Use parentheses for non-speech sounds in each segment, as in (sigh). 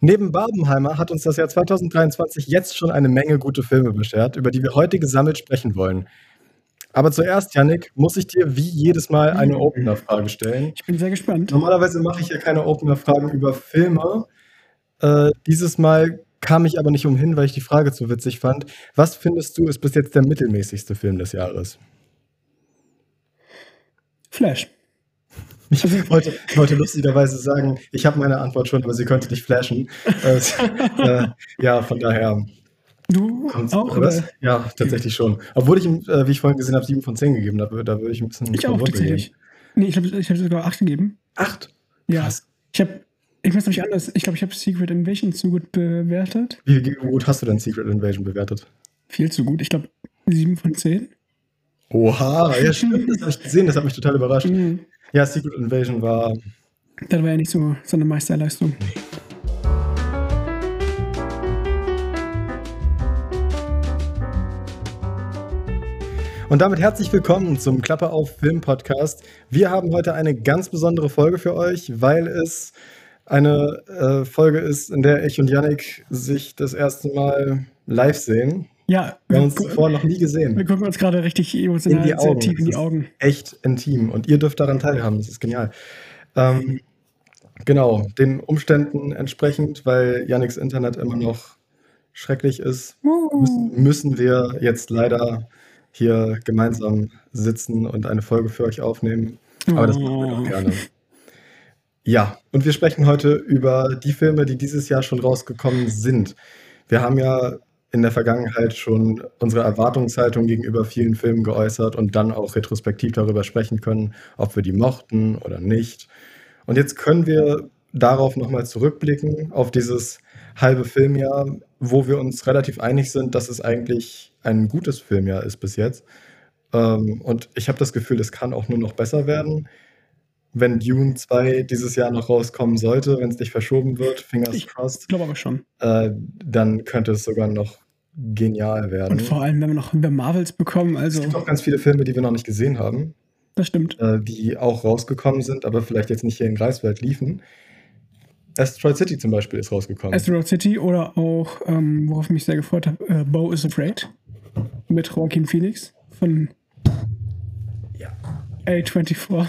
Neben Barbenheimer hat uns das Jahr 2023 jetzt schon eine Menge gute Filme beschert, über die wir heute gesammelt sprechen wollen. Aber zuerst, Yannick, muss ich dir wie jedes Mal eine Opener-Frage stellen. Ich bin sehr gespannt. Normalerweise mache ich ja keine Opener-Fragen über Filme. Äh, dieses Mal kam ich aber nicht umhin, weil ich die Frage zu witzig fand. Was findest du ist bis jetzt der mittelmäßigste Film des Jahres? Flash. Ich wollte, wollte lustigerweise sagen, ich habe meine Antwort schon, aber sie könnte nicht (laughs) flashen. Äh, äh, ja, von daher. Du kommt's- auch, oder was? oder? Ja, tatsächlich schon. Obwohl ich ihm, äh, wie ich vorhin gesehen habe, 7 von 10 gegeben habe, da würde ich ein bisschen. Ich auch runtergehen. tatsächlich. Nee, ich habe ich hab sogar 8 gegeben. Acht? Ja. Krass. Ich habe, ich weiß nicht anders, ich glaube, ich habe Secret Invasion zu gut bewertet. Wie gut hast du denn Secret Invasion bewertet? Viel zu gut. Ich glaube, 7 von 10. Oha, ja stimmt, das habe ich gesehen, das hat mich total überrascht. Mhm. Ja, Secret Invasion war Das war ja nicht so, so eine Meisterleistung. Und damit herzlich willkommen zum Klappe auf Film Podcast. Wir haben heute eine ganz besondere Folge für euch, weil es eine äh, Folge ist, in der ich und Yannick sich das erste Mal live sehen. Ja, Wir wir, haben uns gu- zuvor noch nie wir gesehen. gucken uns gerade richtig In emotional die sehr Augen. tief in die Das ist Augen. Echt intim. Und ihr dürft daran teilhaben. Das ist genial. Ähm, genau, den Umständen entsprechend, weil Yannicks Internet immer noch schrecklich ist, müssen, Uh, müssen wir jetzt leider hier gemeinsam sitzen und eine Folge für euch aufnehmen. Aber das machen wir doch gerne. Ja, und wir sprechen heute über die Filme, die dieses Jahr schon rausgekommen sind. Wir haben ja in der Vergangenheit schon unsere Erwartungshaltung gegenüber vielen Filmen geäußert und dann auch retrospektiv darüber sprechen können, ob wir die mochten oder nicht. Und jetzt können wir darauf nochmal zurückblicken, auf dieses halbe Filmjahr, wo wir uns relativ einig sind, dass es eigentlich ein gutes Filmjahr ist bis jetzt. Ähm, und ich habe das Gefühl, es kann auch nur noch besser werden. Wenn Dune 2 dieses Jahr noch rauskommen sollte, wenn es nicht verschoben wird, fingers Ich- crossed, Ich glaube aber schon. äh, dann könnte es sogar noch genial werden. Und vor allem, wenn wir noch wenn wir Marvels bekommen, es gibt also auch ganz viele Filme, die wir noch nicht gesehen haben das stimmt. äh, die auch rausgekommen sind, aber vielleicht jetzt nicht hier in Greifswald liefen. Asteroid City zum Beispiel ist rausgekommen. Asteroid City oder auch, ähm, worauf ich mich sehr gefreut habe, äh, Bo is Afraid mit Joaquin Phoenix von Ja. A24.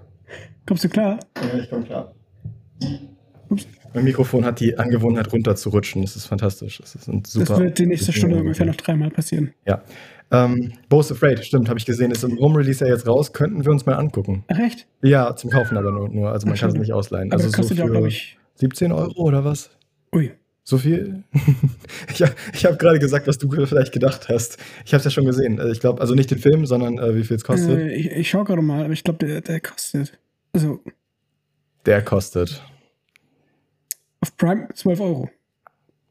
(laughs) Kommst du klar? Ja, ich komme klar. Ups. Mein Mikrofon hat die Angewohnheit runterzurutschen. Das ist fantastisch. Das ist ein super. das wird die nächste Stunde ungefähr noch dreimal passieren. Ja. Ähm, Bo's Afraid, stimmt, habe ich gesehen. Ist im Home Release ja jetzt raus. Könnten wir uns mal angucken. Ach, Recht? Ja, zum Kaufen aber nur. nur. Also man Ach, kann es schade. nicht ausleihen. Aber Also das so kostet ja, glaube für ich. 17 Euro oder was? Ui. So (laughs) viel? ich hab- ich habe gerade gesagt, was du vielleicht gedacht hast. Ich habe es ja schon gesehen. Äh, Ich glaube, also nicht den Film, sondern äh, wie viel es kostet. Äh, ich ich schaue gerade mal, aber ich glaube, der, der kostet. Also Der kostet. auf Prime 12 Euro.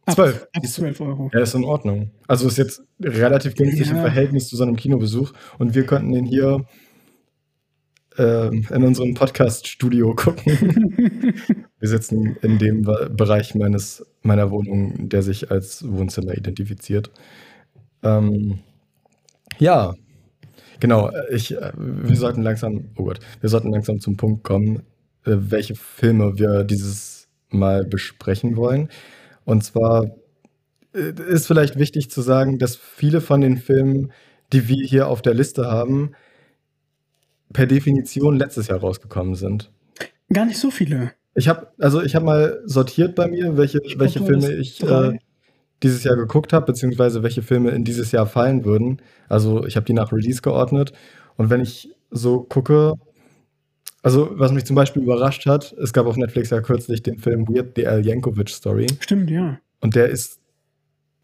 Ab, 12. Ab 12 Euro. Ja, ist in Ordnung. Also ist jetzt relativ günstig im Ja. Verhältnis zu so einem Kinobesuch. Und wir könnten den hier ähm, in unserem Podcast-Studio (laughs) gucken. wir sitzen in dem Be- Bereich meines, meiner Wohnung, der sich als Wohnzimmer identifiziert. Ähm, ja, genau. äh, Ich, äh, wir sollten langsam, oh Gott, wir sollten langsam zum Punkt kommen, äh, welche Filme wir dieses Mal besprechen wollen. Und zwar äh, ist vielleicht wichtig zu sagen, dass viele von den Filmen, die wir hier auf der Liste haben, per Definition letztes Jahr rausgekommen sind. Gar nicht so viele. Ich habe also ich habe mal sortiert bei mir, welche, Ich glaub, welche du Filme hattest ich drei. äh, dieses Jahr geguckt habe, beziehungsweise welche Filme in dieses Jahr fallen würden. Also ich habe die nach Release geordnet. Und wenn ich so gucke, also was mich zum Beispiel überrascht hat, es gab auf Netflix ja kürzlich den Film Weird the Al Yankovic Story. Stimmt, ja. Und der ist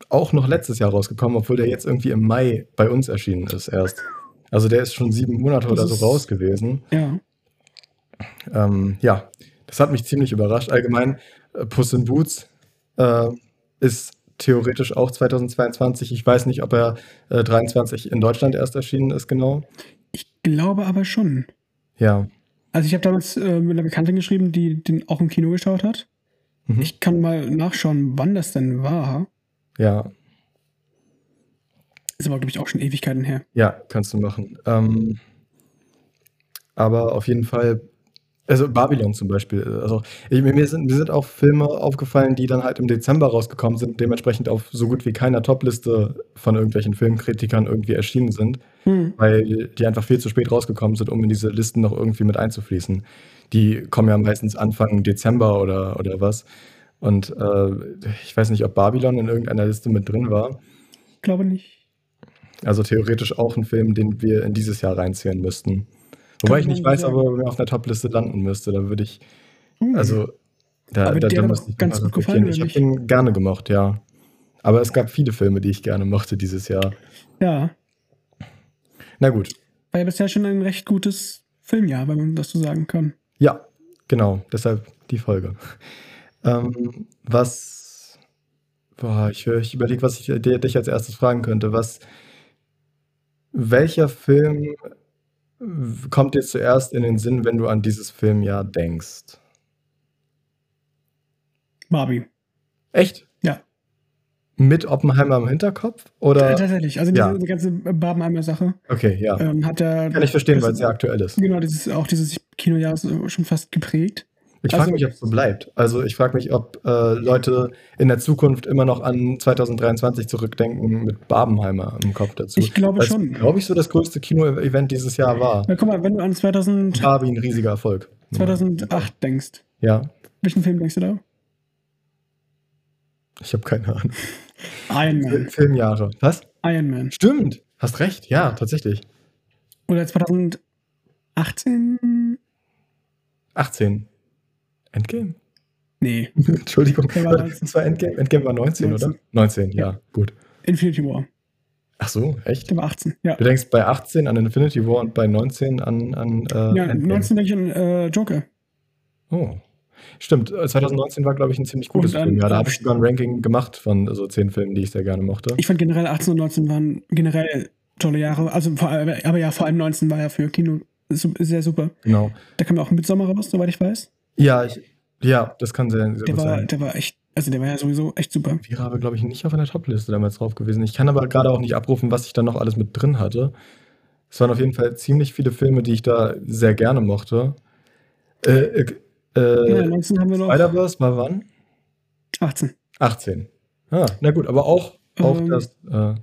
auch noch letztes Jahr rausgekommen, obwohl der jetzt irgendwie im Mai bei uns erschienen ist erst. Also der ist schon sieben Monate Das oder so ist- raus gewesen. Ja. Ähm, ja, das hat mich ziemlich überrascht. Allgemein, äh, Puss in Boots äh, ist theoretisch auch 2022. Ich weiß nicht, ob er äh, 23 in Deutschland erst erschienen ist, genau. Ich glaube aber schon. Ja. Also ich habe damals äh, mit einer Bekannten geschrieben, die den auch im Kino geschaut hat. Mhm. Ich kann mal nachschauen, wann das denn war. Ja, Ist aber, glaube ich, auch schon Ewigkeiten her. ja, kannst du machen. Ähm, aber auf jeden Fall Also Babylon zum Beispiel. Also ich, mir, sind, mir sind auch Filme aufgefallen, die dann halt im Dezember rausgekommen sind, dementsprechend auf so gut wie keiner Topliste von irgendwelchen Filmkritikern irgendwie erschienen sind, Hm. weil die einfach viel zu spät rausgekommen sind, um in diese Listen noch irgendwie mit einzufließen. Die kommen ja meistens Anfang Dezember oder, oder was. Und äh, ich weiß nicht, ob Babylon in irgendeiner Liste mit drin war. Glaube nicht. Also theoretisch auch ein Film, den wir in dieses Jahr reinziehen müssten. Wobei ich nicht man weiß, sagen. ob er auf einer Topliste landen müsste. Dann würde ich Hm. also, da, Aber da, dir da hat muss doch ich ganz mal gut gefallen, reflektieren. Ich habe oder den gerne gemocht, ja. Aber es gab viele Filme, die ich gerne mochte dieses Jahr. ja. Na gut, War ja bisher schon ein recht gutes Filmjahr, wenn man das so sagen kann. ja, genau, deshalb die Folge. Ähm, was, boah, ich, hör- ich überlege, was ich dir, dich als erstes fragen könnte. Was, welcher Film w- kommt dir zuerst in den Sinn, wenn du an dieses Filmjahr denkst? Barbie. Echt? Ja. Mit Oppenheimer im Hinterkopf? T- Oder? Tatsächlich. Also Äh, ja. diese, diese ganze Barbenheimer-Sache Okay, ja. ähm, hat er. Kann ich verstehen, das- weil es ja aktuell ist. Genau, das ist auch dieses Kinojahr ist äh, schon fast geprägt. Ich frage Also- mich, ob es so bleibt. Also ich frage mich, ob äh, Leute in der Zukunft immer noch an 2023 zurückdenken mit Babenheimer im Kopf dazu. Ich glaube schon. glaube ich, so das größte Kino-Event dieses Jahr war. Na, guck mal, wenn du an 2000, Barbie ein riesiger Erfolg. 2008 denkst, Ja, welchen Film denkst du da? ich habe keine Ahnung. Iron Man. Filmjahre. Was? Iron Man. Stimmt. Hast recht. Ja, tatsächlich. Oder 2018? 18. Endgame. (laughs) Nee, Entschuldigung. Der war 19. Das war Endgame. Endgame war 19, 19. oder? 19, ja. Gut. Infinity War. Ach so, echt? Der war 18. Ja, Du denkst bei 18 an Infinity War und bei 19 an, an äh, ja Endgame. 19 denke ich an äh, Joker. Oh. Stimmt, äh, 2019 war, glaube ich, ein ziemlich gutes Und dann- äh, Film. Ja, da habe ich sogar ein Ranking gemacht von so zehn Filmen, die ich sehr gerne mochte. Ich fand generell 18 und 19 waren generell tolle Jahre. Also vor allem, aber ja, vor allem 19 war ja für Kino su- sehr super. Genau. Da kam ja auch Midsommar raus, soweit ich weiß. Ja, ich, ja, das kann sehr, sehr Der gut war, sein. der war echt, also der war ja sowieso echt super. Vira war, glaube ich, nicht auf einer Topliste damals drauf gewesen. Ich kann aber gerade auch nicht abrufen, was ich da noch alles mit drin hatte. Es waren auf jeden Fall ziemlich viele Filme, die ich da sehr gerne mochte. Äh, äh, Ja, äh, 19 haben wir noch Spider-Verse war wann? 18. 18. Ah, na gut, aber auch, auch Ähm, das. Äh,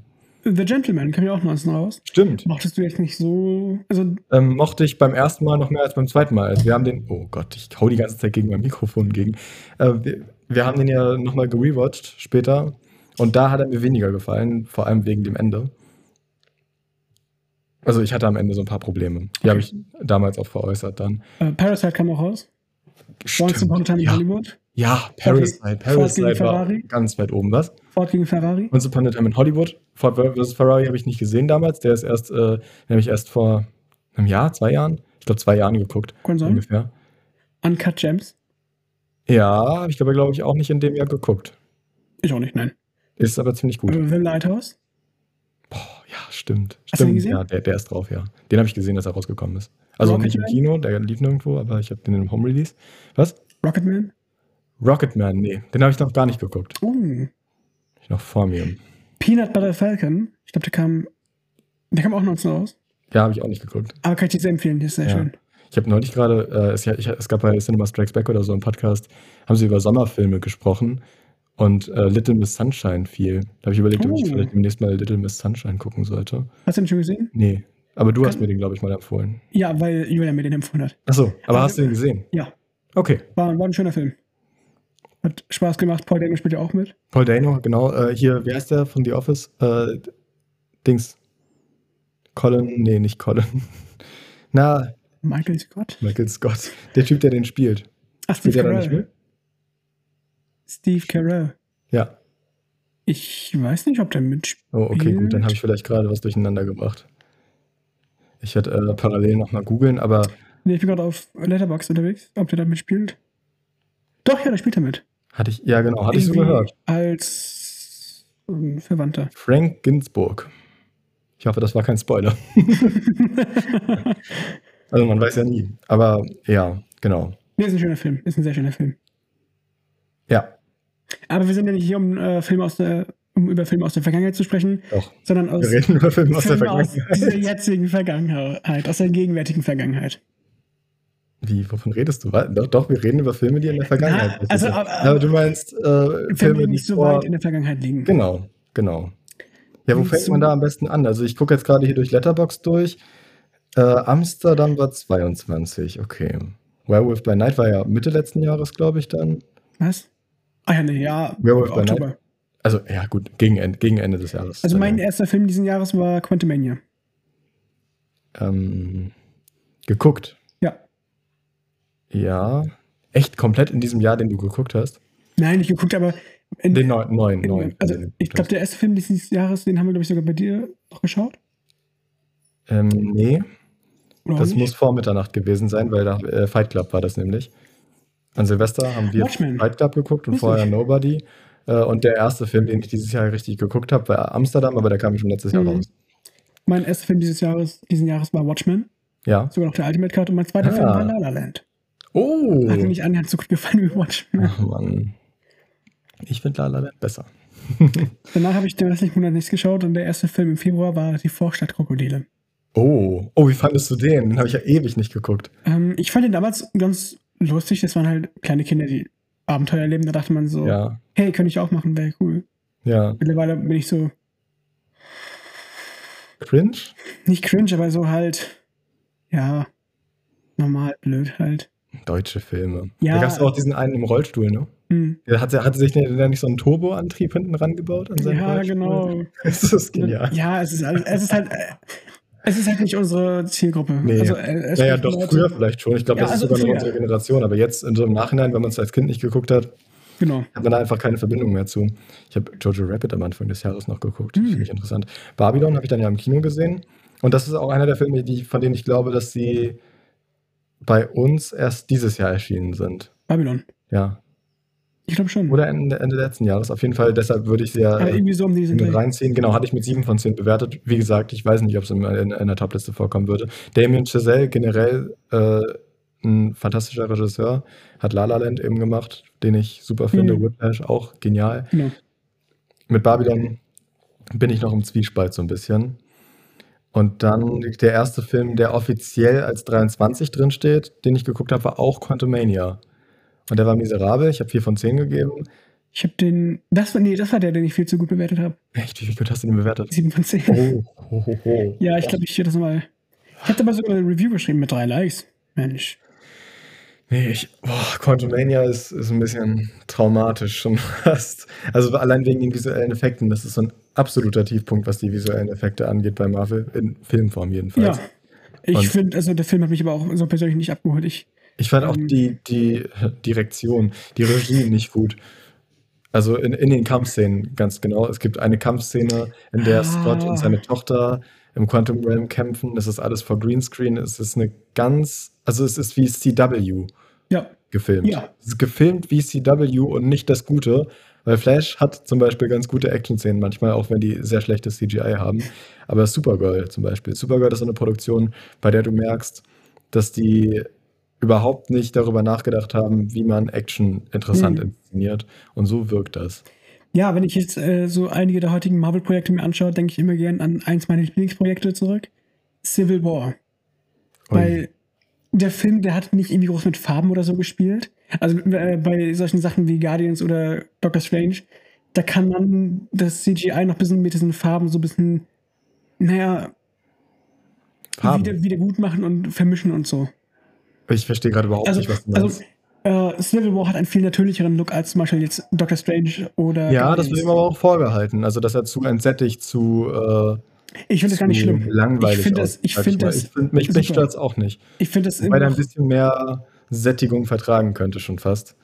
The Gentleman kam ja auch 19 raus. stimmt. Mochtest du jetzt nicht so. Also, ähm, mochte ich beim ersten Mal noch mehr als beim zweiten Mal. Also wir haben den, oh Gott, ich hau die ganze Zeit gegen mein Mikrofon gegen. Äh, wir, wir haben den ja nochmal gerewatcht später und da hat er mir weniger gefallen, vor allem wegen dem Ende. Also ich hatte am Ende so ein paar Probleme. Die habe ich damals auch veräußert dann. äh, Parasite kam auch raus. Once Upon a Time in ja, Hollywood. ja, Parasite. Ford gegen Parasite war Ferrari. ganz weit oben, was? Ford gegen Ferrari. Once Upon a Time in Hollywood. Ford vs. Ferrari habe ich nicht gesehen damals. Der ist erst, äh, nämlich erst vor einem Jahr, zwei Jahren. Ich glaube, zwei Jahren geguckt. Kann sein. Ungefähr. Uncut Gems. Ja, hab ich glaube, glaube ich, auch nicht in dem Jahr geguckt. Ich auch nicht, nein. Ist aber ziemlich gut. Äh, The Lighthouse. Boah, ja, stimmt. Hast du den Stimmt, gesehen? ja, der, der ist drauf, ja. Den habe ich gesehen, dass er rausgekommen ist. Also nicht im Rocketman? Kino, der lief nirgendwo, aber ich habe den im Home Release. Was? Rocketman. Rocketman, nee, den habe ich noch gar nicht geguckt. Oh. Hab Ich noch vor mir. Peanut Butter Falcon. Ich glaube, der kam. Der kam auch 19 raus. Ja, habe ich auch nicht geguckt. Aber kann ich dir sehr empfehlen, der ist sehr Ja. schön. Ich habe neulich gerade, äh, es, ja, ich, es gab bei Cinema Strikes Back oder so im Podcast, haben sie über Sommerfilme gesprochen und äh, Little Miss Sunshine fiel. Da habe ich überlegt, ob ich Oh. vielleicht demnächst mal Little Miss Sunshine gucken sollte. Hast du den schon gesehen? Nee, aber du hast Kann- mir den, glaube ich, mal empfohlen. Ja, weil Julian mir den empfohlen hat. Achso, aber Also- hast du ihn gesehen? Ja. Okay. War, war ein schöner Film. Hat Spaß gemacht. Paul Dano spielt ja auch mit. Paul Dano, genau. Äh, hier, wer ist der von The Office? Äh, Dings. Colin, nee, nicht Colin. (laughs) Na, Michael Scott. Michael Scott. Der Typ, der den spielt. Ach, Spielt Steve er da nicht Carell. mit? Steve Carell. Ja. Ich weiß nicht, ob der mitspielt. Oh, okay, gut, dann habe ich vielleicht gerade was durcheinander gebracht. Ich werde äh, parallel nochmal googeln, aber Nee, ich bin gerade auf Letterboxd unterwegs, ob der da mitspielt. Doch, ja, der spielt damit. hatte ich, ja genau, hatte ich so Irgendwie gehört. Als ähm, Verwandter. Frank Ginsburg. Ich hoffe, das war kein Spoiler. Also man weiß ja nie. Aber ja, genau. nee, ist ein schöner Film. Ist ein sehr schöner Film. Ja, Aber wir sind ja nicht hier, um, äh, Filme aus der, um über Filme aus der Vergangenheit zu sprechen, doch. sondern aus, Wir reden über Filme aus der Filme aus Vergangenheit. dieser jetzigen Vergangenheit, aus der gegenwärtigen Vergangenheit. Wie, wovon redest du? Doch, doch, wir reden über Filme, die in der Vergangenheit Na, also, sind. aber- aber du meinst äh, Filme, Filme, die nicht so vor- weit in der Vergangenheit liegen. Genau, genau. Ja, wo Und fängt zum- man da am besten an? Also ich gucke jetzt gerade hier durch Letterbox durch. Äh, Amsterdam war 22, okay. Werewolf by Night war ja Mitte letzten Jahres, glaube ich, dann. Was? Ah ja, nee, ja, Werewolf by Night. Oktober. Also ja, gut, gegen, End- gegen Ende des Jahres. Also mein Dann, erster Film diesen Jahres war Quantumania. ähm, geguckt. Ja. Ja. Echt komplett in diesem Jahr, den du geguckt hast? Nein, nicht geguckt, aber in, Den neuen, neuen, in, neuen. also den du ich geguckt glaube, der erste Film dieses Jahres, den haben wir, glaube ich, sogar bei dir noch geschaut. hast. Ähm, nee, Oder auch das Hm. nicht? muss vor Mitternacht gewesen sein, weil da, äh, Fight Club war das nämlich. An Silvester haben wir Watchmen. Fight Club geguckt und Richtig. vorher Nobody. Äh, und der erste Film, den ich dieses Jahr richtig geguckt habe, war Amsterdam, aber der kam schon letztes Jahr Mhm. raus. Mein erster Film dieses Jahres, diesen Jahres war Watchmen, Ja. sogar noch der Ultimate Card und mein zweiter Ah. Film war La La Land. Oh! Hat mir nicht annähernd so gut gefallen wie Watchmen. Ach Mann. Ich finde La La Land besser. Danach habe ich den restlichen Monat nichts geschaut und der erste Film im Februar war Die Vorstadtkrokodile. Oh, oh, wie fandest du den? Den habe ich ja ewig nicht geguckt. Ähm, ich fand den damals ganz lustig. Das waren halt kleine Kinder, die Abenteuer erleben. Da dachte man so, Ja, hey, könnte ich auch machen, wäre cool. ja. Mittlerweile bin ich so, Cringe? nicht cringe, aber so halt, ja, normal blöd halt. Deutsche Filme. Ja. Da gab es auch diesen einen im Rollstuhl, ne? Hm. Der hat, hat sich der nicht so einen Turboantrieb hinten rangebaut an seinen Ja, Rollstuhl? genau. (laughs) Das ist genial. Ja, es ist, alles- es ist halt, äh, es ist halt nicht unsere Zielgruppe. Nee. Also, äh, es Naja, gibt doch Leute- früher vielleicht schon. Ich glaube, Ja, das also ist sogar noch früher. unsere Generation. Aber jetzt in so im Nachhinein, wenn man es als Kind nicht geguckt hat, Genau. hat man da einfach keine Verbindung mehr zu. Ich habe Jojo Rabbit am Anfang des Jahres noch geguckt. Hm. Finde ich interessant. Babylon habe ich dann ja im Kino gesehen. Und das ist auch einer der Filme, die, von denen ich glaube, dass sie bei uns erst dieses Jahr erschienen sind. Babylon. Ja. Ich glaube schon. Oder Ende, Ende letzten Jahres. Auf jeden Fall, deshalb würde ich sie ja aber äh, irgendwie so um diesen mit Dreh. reinziehen. Genau, hatte ich mit 7 von 10 bewertet. Wie gesagt, ich weiß nicht, ob es in, in, in der Topliste vorkommen würde. Damien Chazelle, generell äh, ein fantastischer Regisseur, hat La La Land eben gemacht, den ich super finde. Mhm. Whiplash auch genial. Genau. Mit Babylon bin ich noch im Zwiespalt so ein bisschen. Und dann der erste Film, der offiziell als 23 drinsteht, den ich geguckt habe, war auch Quantumania. Und der war miserabel. Ich habe 4 von 10 gegeben. Ich habe den, das war, nee, das war der, den ich viel zu gut bewertet habe. Echt, wie viel gut hast du den (laughs) bewertet? 7 von 10. Oh, ho, ho, ho. Ja, ich glaube, ich hier das mal. Ich hatte aber sogar eine Review geschrieben mit drei Likes. Mensch. Nee, ich, boah, Quantumania ist, ist ein bisschen traumatisch schon (laughs) fast. Also allein wegen den visuellen Effekten, das ist so ein absoluter Tiefpunkt, was die visuellen Effekte angeht bei Marvel, in Filmform jedenfalls. Ja. Ich Und- finde, also der Film hat mich aber auch so persönlich nicht abgeholt. Ich, Ich fand auch Ähm. die, die Direktion, die Regie nicht gut. Also in, in den Kampfszenen ganz genau. Es gibt eine Kampfszene, in der Ah. Scott und seine Tochter im Quantum Realm kämpfen. Das ist alles vor Greenscreen. Es ist eine ganz, also es ist wie CW. ja, gefilmt. Ja. Es ist gefilmt wie CW und nicht das Gute, weil Flash hat zum Beispiel ganz gute Action-Szenen manchmal, auch wenn die sehr schlechtes CGI haben. Aber Supergirl zum Beispiel. Supergirl ist so eine Produktion, bei der du merkst, dass die überhaupt nicht darüber nachgedacht haben, wie man Action interessant Hm. inszeniert. Und so wirkt das. ja, wenn ich jetzt äh, so einige der heutigen Marvel-Projekte mir anschaue, denke ich immer gern an eins meiner Lieblingsprojekte zurück: Civil War. Ui. Weil der Film, der hat nicht irgendwie groß mit Farben oder so gespielt. Also äh, bei solchen Sachen wie Guardians oder Doctor Strange, da kann man das CGI noch ein bisschen mit diesen Farben so ein bisschen, naja, Farben. wieder, wieder gut machen und vermischen und so. Oh, ich verstehe gerade überhaupt Also, nicht, was du meinst. also äh, Civil War hat einen viel natürlicheren Look als zum Beispiel jetzt Doctor Strange oder. ja, das wird Guardians. ihm aber auch vorgehalten. Also, dass er zu entsättigt, zu, äh, Ich finde das gar nicht zu schlimm. langweilig Ich finde aus, das, ich sag ich finde mal. das, Ich find, mich mich super. stört es auch nicht. ich finde das Wobei immer. der ein noch- bisschen mehr Sättigung vertragen könnte, schon fast. Äh,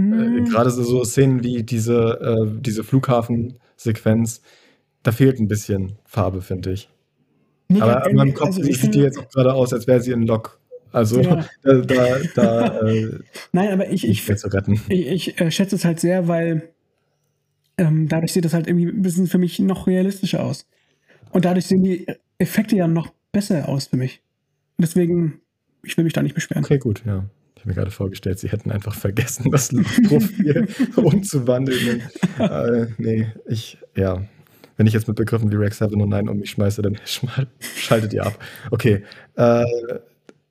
Mm. Gerade so, so Szenen wie diese, äh, diese Flughafensequenz, da fehlt ein bisschen Farbe, finde ich. Nee, Aber ganz in meinem ehrlich, Kopf also ich sieht die finde- jetzt auch gerade aus, als wäre sie in Lock. Also Ja. (laughs) da, da, da äh, Nein, aber (laughs) ich, ich, nicht mehr zu retten. ich, ich äh, schätze es halt sehr, weil ähm, dadurch sieht das halt irgendwie ein bisschen für mich noch realistischer aus. Und dadurch sehen die Effekte ja noch besser aus für mich. Deswegen, ich will mich da nicht beschweren. Okay, gut, ja. Ich habe mir gerade vorgestellt, sie hätten einfach vergessen, das (laughs) Luftprofil umzuwandeln. in- Äh, nee, ich, ja. Wenn ich jetzt mit (laughs) Begriffen wie Rex 709 um mich schmeiße, dann schma- schaltet ihr ab. Okay. Äh,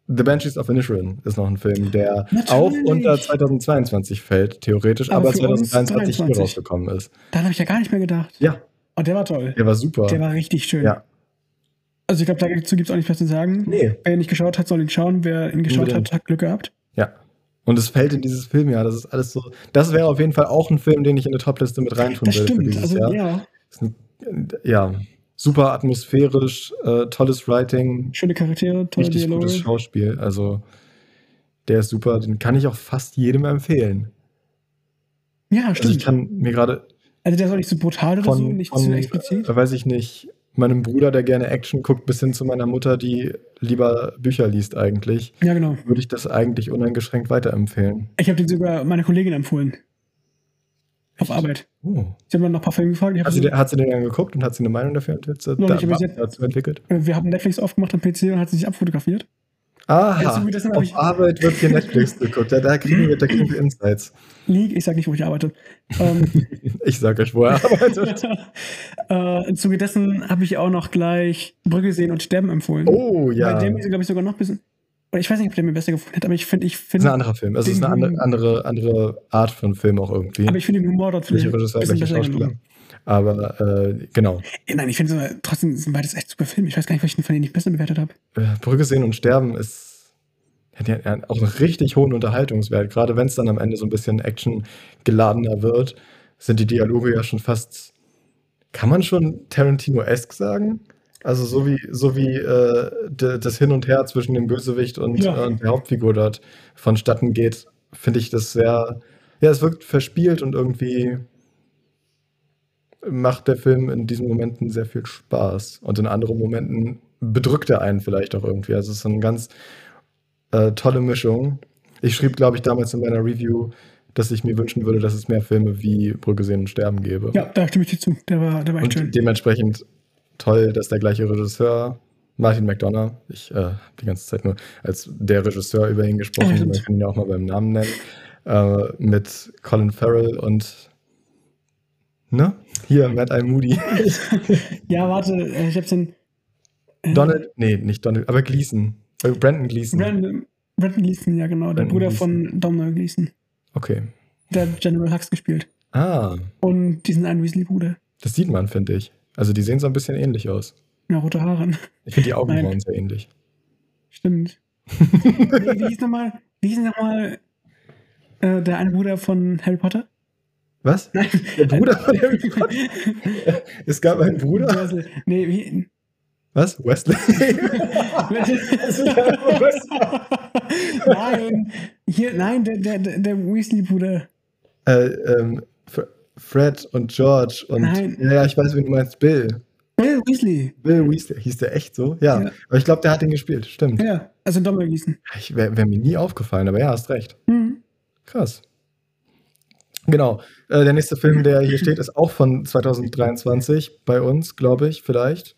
The Banshees of Inisherin ist noch ein Film, der Natürlich. auch unter 2022 fällt, theoretisch, aber, aber 2023 23. hier rausgekommen ist. Daran habe ich ja gar nicht mehr gedacht. Ja. Und der war toll. Der war super. Der war richtig schön. Ja. Also ich glaube, dazu gibt es auch nicht was zu sagen. Nee. Wer ihn nicht geschaut hat, soll ihn schauen. Wer ihn geschaut Unbedingt. hat, hat Glück gehabt. Ja. Und es fällt in dieses Filmjahr. Das ist alles so. Das wäre auf jeden Fall auch ein Film, den ich in eine Topliste mit reintun das will stimmt. für dieses also, Jahr. Ja. Ein, ja. Super atmosphärisch, äh, tolles Writing. Schöne Charaktere, tolle richtig Dialoge. gutes Schauspiel. Also der ist super. Den kann ich auch fast jedem empfehlen. Ja, stimmt. Also ich kann mir gerade. Also der soll nicht so brutal oder von, so, nicht von, zu explizit. Äh, weiß ich nicht meinem Bruder, der gerne Action guckt, bis hin zu meiner Mutter, die lieber Bücher liest eigentlich. Ja, genau. Würde ich das eigentlich uneingeschränkt weiterempfehlen. Ich habe den sogar meiner Kollegin empfohlen. Auf Echt? Arbeit. Oh. Sie haben dann noch ein paar Filme gefragt. Hat sie, den, hat sie den dann geguckt und hat sie eine Meinung dafür entwickelt? Noch nicht, aber sie hat, dazu entwickelt? Wir haben Netflix aufgemacht am PC und hat sie sich abfotografiert. Aha, ja, so auf ich... Arbeit wird hier (laughs) Netflix geguckt. Ja, da kriegen wir, da kriegen wir Insights. League, ich sage nicht, wo ich arbeite. Ähm, (laughs) (laughs) ich sage euch, wo er arbeitet. äh, Im Zuge dessen habe ich auch noch gleich Brücke sehen und Sterben empfohlen. Oh ja. Bei dem ist, glaube ich, sogar noch ein bisschen. Oder ich weiß nicht, ob der mir besser gefallen hat, aber ich finde, ich Das finde. ist ein anderer Film. Also Es ist eine andere, andere, andere Art von Film auch irgendwie. Aber ich finde den Humor dort vielleicht. Welche Regisseur, welche Schauspieler. Genommen. Aber äh, genau. Nein, ich finde trotzdem sind beides echt super Filme. Ich weiß gar nicht, welchen von denen ich besser bewertet habe. Äh, Brücke sehen und sterben ist hat ja auch einen richtig hohen Unterhaltungswert. Gerade wenn es dann am Ende so ein bisschen Action geladener wird, sind die Dialoge ja schon fast, kann man schon Tarantino-esque sagen? Also so wie, so wie äh, das Hin und Her zwischen dem Bösewicht und, ja. und der Hauptfigur dort vonstatten geht, finde ich das sehr, ja, es wirkt verspielt und irgendwie macht der Film in diesen Momenten sehr viel Spaß und in anderen Momenten bedrückt er einen vielleicht auch irgendwie. Also es ist eine ganz äh, tolle Mischung. Ich schrieb, glaube ich, damals in meiner Review, dass ich mir wünschen würde, dass es mehr Filme wie Brücke sehen und sterben gäbe. Ja, da stimme ich dir zu. Der war, der war und echt schön. dementsprechend toll, dass der gleiche Regisseur Martin McDonough, ich äh, habe die ganze Zeit nur als der Regisseur über ihn gesprochen, ja, man kann ihn ja auch mal beim Namen nennen, äh, mit Colin Farrell und Ne? Hier, Matt Eye (laughs) Moody. Mhm. ja, warte, ich hab's den. Äh, Donald, nee, nicht Donald, aber Gleason. Äh, Brandon Gleason. Brandon, Brandon Gleason, ja, genau. Brandon der Bruder Gleason. von Domhnall Gleason. Okay. Der hat General Hux gespielt. Ah. Und diesen einen Weasley-Bruder. Das sieht man, finde ich. Also, die sehen so ein bisschen ähnlich aus. Ja, rote Haare. (laughs) Ich finde die Augenbrauen sehr ähnlich. Stimmt. nee, wie hieß nochmal, wie hieß nochmal äh, der eine Bruder von Harry Potter? Was? Nein. Der Bruder von (laughs) Harry Potter? es gab einen Bruder? Wesley. (laughs) Nee, wie? Was? (laughs) Wesley? nein. Hier, nein, der, der, der Weasley-Bruder. Äh, ähm, Fred und George und. Nein. Ja, ich weiß, wie du meinst. Bill. Bill Äh, Weasley. Bill Weasley. Hieß der echt so? Ja. ja. Aber ich glaube, der hat den gespielt. Stimmt. Ja, also Dommel Gießen. Wäre wär mir nie aufgefallen, aber ja, hast recht. Mhm. Krass. Genau. Äh, der nächste Film, der hier steht, ist auch von 2023 bei uns, glaube ich, vielleicht.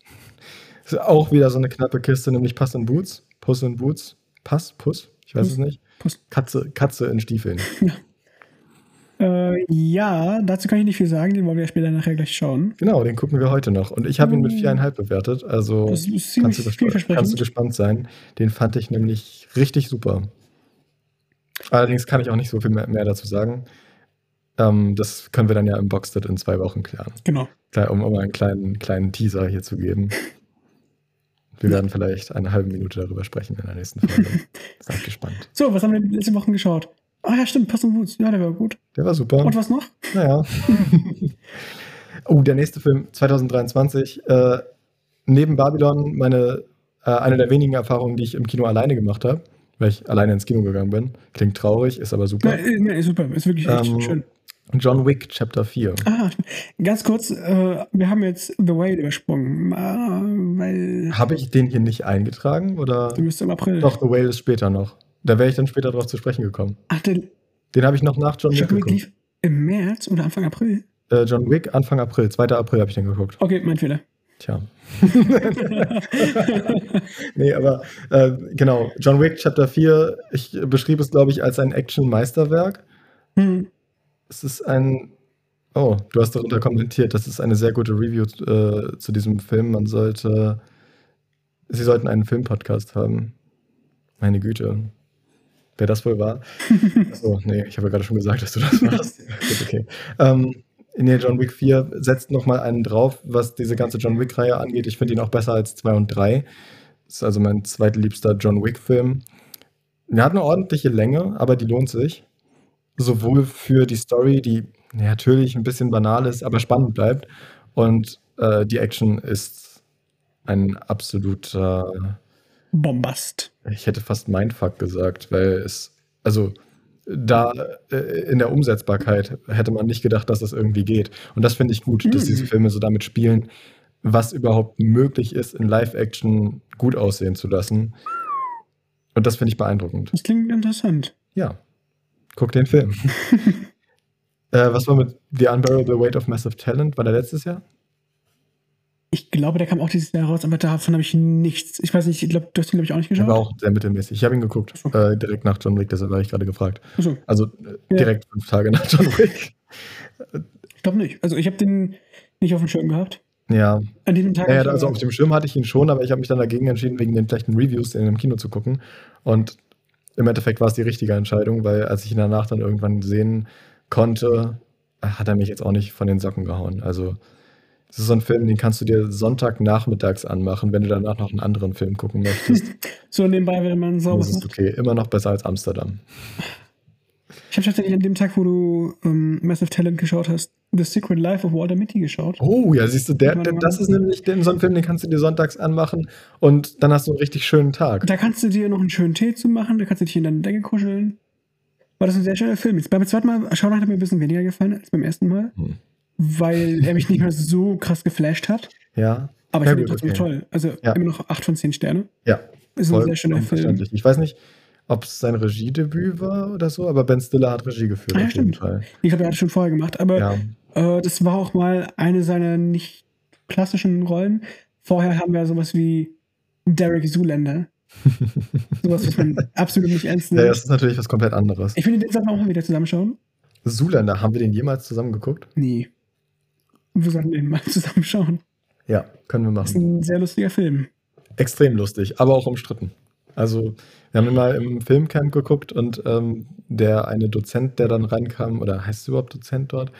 Ist auch wieder so eine knappe Kiste, nämlich Pass in Boots. Puss in Boots. Pass, Puss, ich weiß es nicht. Puss. Katze, Katze in Stiefeln. Ja. Äh, ja, dazu kann ich nicht viel sagen, den wollen wir später nachher gleich schauen. Genau, den gucken wir heute noch. Und ich habe ihn mit viereinhalb bewertet, also Hm. das ist kannst, du vielversprechend. kannst du gespannt sein. Den fand ich nämlich richtig super. Allerdings kann ich auch nicht so viel mehr, mehr dazu sagen. Ähm, das können wir dann ja im Boxed in zwei Wochen klären. Genau. Um, um einen kleinen, kleinen Teaser hier zu (laughs) geben. Wir werden vielleicht eine halbe Minute darüber sprechen in der nächsten Folge. (laughs) Seid gespannt. So, was haben wir letzte Woche geschaut? Ah ja, stimmt, Pass und Boots. Ja, der war gut. Der war super. Und was noch? Naja. (laughs) oh, der nächste Film 2023. Äh, neben Babylon meine äh, eine der wenigen Erfahrungen, die ich im Kino alleine gemacht habe, weil ich alleine ins Kino gegangen bin. Klingt traurig, ist aber super. Ja, ja ist äh, super, ist wirklich echt ähm, schön. John Wick Chapter 4. Ah, ganz kurz, äh, wir haben jetzt The Whale übersprungen. Äh, weil Habe ich den hier nicht eingetragen? Oder? Du bist im April. Doch, The Whale ist später noch. Da wäre ich dann später drauf zu sprechen gekommen. Ach, den, den habe ich noch nach John Wick geguckt. Lief Im März oder Anfang April? Äh, John Wick Anfang April, 2. April habe ich den geguckt. Okay, mein Fehler. Tja. nee, aber genau, John Wick Chapter 4, ich beschrieb es, glaube ich, als ein Action-Meisterwerk. Hm es ist ein. Oh, du hast darunter kommentiert, das ist eine sehr gute Review äh, zu diesem Film. Man sollte. Sie sollten einen Filmpodcast haben. Meine Güte. Wer das wohl war? Achso, nee, ich habe ja gerade schon gesagt, dass du das warst. Gut, okay. Ähm, nee, John Wick 4 setzt nochmal einen drauf, was diese ganze John Wick-Reihe angeht. Ich finde ihn auch besser als 2 und 3. Das ist also mein zweitliebster John Wick-Film. Er hat eine ordentliche Länge, aber die lohnt sich. Sowohl für die Story, die ja, natürlich ein bisschen banal ist, aber spannend bleibt. Und äh, die Action ist ein absoluter, Bombast. ich hätte fast Mindfuck gesagt, weil es, also da äh, in der Umsetzbarkeit hätte man nicht gedacht, dass das irgendwie geht. Und das finde ich gut, dass Mhm. diese Filme so damit spielen, was überhaupt möglich ist, in Live-Action gut aussehen zu lassen. Und das finde ich beeindruckend. Das klingt interessant. Ja, guck den (laughs) Film. äh, was war mit The Unbearable Weight of Massive Talent? War der letztes Jahr? Ich glaube, der kam auch dieses Jahr raus, aber davon habe ich nichts. Ich weiß nicht, ich glaube, du hast ihn, glaube ich, auch nicht Der geschaut. war auch sehr mittelmäßig. Ich habe ihn geguckt, Ach so. äh, direkt nach John Wick, deshalb war ich gerade gefragt. Achso, Also äh, Ja. direkt fünf Tage nach John Wick. ich glaube nicht. Also ich habe den nicht auf dem Schirm gehabt. (laughs) ja, An diesem Tag. naja, hab ich also aber- auf dem Schirm hatte ich ihn schon, aber ich habe mich dann dagegen entschieden, wegen den schlechten Reviews den im Kino zu gucken. Und im Endeffekt war es die richtige Entscheidung, weil als ich ihn danach dann irgendwann sehen konnte, hat er mich jetzt auch nicht von den Socken gehauen. Also es ist so ein Film, den kannst du dir Sonntagnachmittags anmachen, wenn du danach noch einen anderen Film gucken möchtest. (laughs) so nebenbei, wenn man sauber das ist. ist okay, immer noch besser als Amsterdam. Ich habe tatsächlich an dem Tag, wo du ähm, Massive Talent geschaut hast, The Secret Life of Walter Mitty geschaut. Oh, ja, siehst du, der, der, das ist nämlich der, so ein Film, den kannst du dir sonntags anmachen und dann hast du einen richtig schönen Tag. Da kannst du dir noch einen schönen Tee zu machen, da kannst du dich in deine Decke kuscheln. War das ein sehr schöner Film. Jetzt beim zweiten Mal schauen hat er mir ein bisschen weniger gefallen als beim ersten Mal, Hm. (laughs) weil er mich nicht mehr so krass geflasht hat. Ja, Aber ich Ja, finde ihn gut, trotzdem okay. toll. Also Ja. immer noch 8 von 10 Sterne. ja. Ist ein voll sehr schöner Film. unverständlich. Ich weiß nicht, ob es sein Regiedebüt war oder so, aber Ben Stiller hat Regie geführt. Ah, ja, auf jeden stimmt. Fall. Ich glaube, er hat es schon vorher gemacht, aber Ja. Äh, das war auch mal eine seiner nicht klassischen Rollen. Vorher haben wir sowas wie Derek (laughs) Zuländer. sowas, was man absolut nicht ernst ja, nimmt. das ist natürlich was komplett anderes. Ich finde, den sollten wir auch mal wieder zusammenschauen. Zoolander, haben wir den jemals zusammen geguckt? Nee. Wir sollten den mal (laughs) zusammenschauen. Ja, können wir Das ist machen. ein sehr lustiger Film. Extrem lustig, aber auch umstritten. Also, wir haben ihn mal im Filmcamp geguckt und ähm, der eine Dozent, der dann reinkam, oder heißt es überhaupt Dozent dort,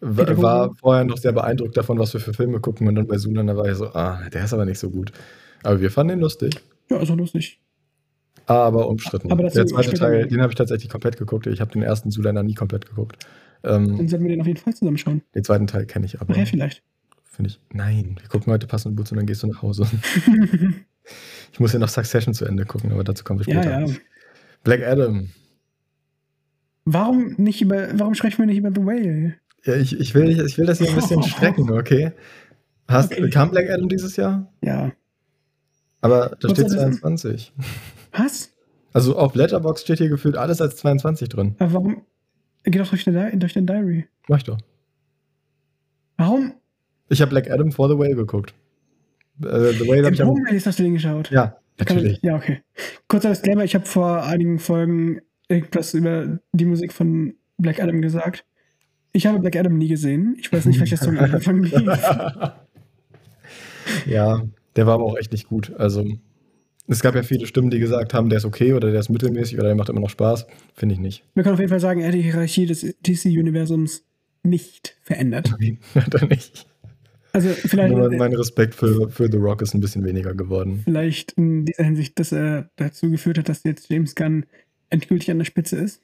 wa- Pädagoge. war vorher noch sehr beeindruckt davon, was wir für Filme gucken. Und dann bei Zoolander war er so, ah, der ist aber nicht so gut. Aber wir fanden ihn lustig. Ja, ist auch lustig. Aber umstritten. Aber dazu der zweite später Teil, mehr. den habe ich tatsächlich komplett geguckt. Ich habe den ersten Zuländer nie komplett geguckt. Ähm, Dann sollten wir den auf jeden Fall zusammenschauen. den zweiten Teil kenne ich aber. Nachher vielleicht. (laughs) Finde ich. Nein, wir gucken heute passende Boots und dann gehst du nach Hause. (laughs) ich muss ja noch Succession zu Ende gucken, aber dazu kommen wir später. ja, ja. Black Adam. Warum nicht über, warum sprechen wir nicht über The Whale? Ja, ich, ich, will, ich will das hier ein (laughs) bisschen strecken, okay? Hast, Okay. Kam Black Adam dieses Jahr? Ja. Aber da Und steht so- 22. Was? Also auf Letterbox steht hier gefühlt alles als 22 drin. Aber warum? Geh doch durch den, Di- durch den Diary. Mach ich doch. Warum? Ich habe Black Adam vor The Whale geguckt. Äh, The Whale habe Im ich am. Home Release hast du den geschaut. Ja, Kann man- natürlich. Ja, okay. Kurzer Disclaimer, ich habe vor einigen Folgen irgendwas über die Musik von Black Adam gesagt. Ich habe Black Adam nie gesehen. Ich weiß nicht, (laughs) welches Song am Anfang lief. ja, der war aber auch echt nicht gut. Also, es gab ja viele Stimmen, die gesagt haben, der ist okay oder der ist mittelmäßig oder der macht immer noch Spaß. Finde ich nicht. Wir können auf jeden Fall sagen, er hat die Hierarchie des DC-Universums nicht verändert. (laughs) Hat er nicht. Also vielleicht, Nur mein Respekt für, für The Rock ist ein bisschen weniger geworden. vielleicht in dieser Hinsicht, dass er dazu geführt hat, dass jetzt James Gunn endgültig an der Spitze ist.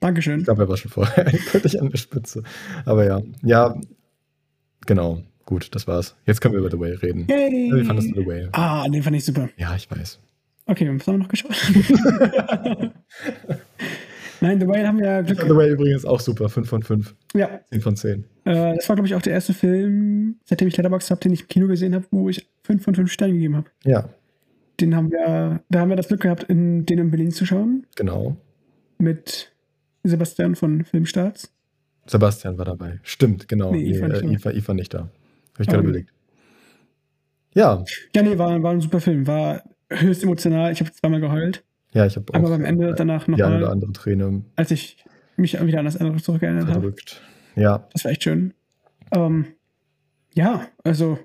Dankeschön. Ich glaube, er war schon vorher (laughs) endgültig an der Spitze. Aber ja, ja, genau. Gut, das war's. Jetzt können wir über The Way reden. Yay! Wie fandest du The Way? Ah, den fand ich super. Ja, ich weiß. Okay, was haben wir noch geschaut? (laughs) Nein, The Whale haben wir ja Glück Ich fand The Way übrigens auch super. 5 von 5. Ja, 10 von 10. äh, das war, glaube ich, auch der erste Film, seitdem ich Letterboxd habe, den ich im Kino gesehen habe, wo ich 5 von 5 Sternen gegeben habe. Ja, Den haben wir, da haben wir das Glück gehabt, in, den in Berlin zu schauen, genau. mit Sebastian von Filmstarts. Sebastian war dabei. Stimmt, genau. Nee, Nee, Eve war nicht äh, dabei. Eve war Eve war nicht da. Habe ich gerade Oh. überlegt. Ja, Ja, nee, war, war ein super Film, war höchst emotional, ich habe zweimal geheult, ja, ich habe aber am Ende danach die eine oder nochmal, andere Träne als ich mich wieder an das andere zurückerinnert habe. verdrückt. Ja, Das war echt schön. Ähm, ja, also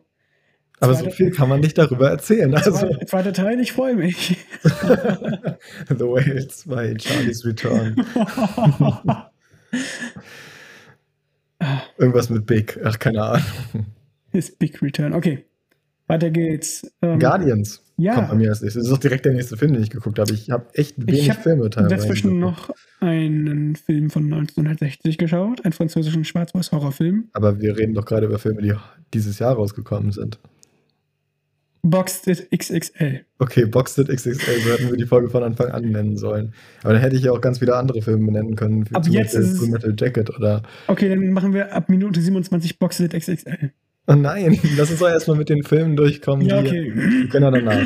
Aber so viel kann man nicht darüber erzählen. Also, (laughs) Zweiter, zweiter Teil, ich freue mich. The Whale 2, Charlie's Return. Irgendwas mit Big. Ach, keine Ahnung. (laughs) Ist Big Return. Okay. Weiter geht's. Ähm, Guardians ja. kommt bei mir als nächstes. Das ist doch direkt der nächste Film, den ich geguckt habe. Ich habe echt wenig Ich habe Filme teilweise. dazwischen geguckt. noch einen Film von 1960 geschaut, einen französischen Schwarz-Weiß-Horrorfilm. Aber wir reden doch gerade über Filme, die dieses Jahr rausgekommen sind. Boxed It XXL. Okay, Boxed XXL, so hätten wir die Folge von Anfang an nennen sollen. Aber dann hätte ich ja auch ganz viele andere Filme nennen können. wie Ab zum jetzt Beispiel ist es- Full Metal Jacket oder. Okay, dann machen wir ab Minute 27 Boxed It XXL. Oh nein, (laughs) lass uns doch erstmal mit den Filmen durchkommen. Ja, die- okay. (laughs) die können wir danach.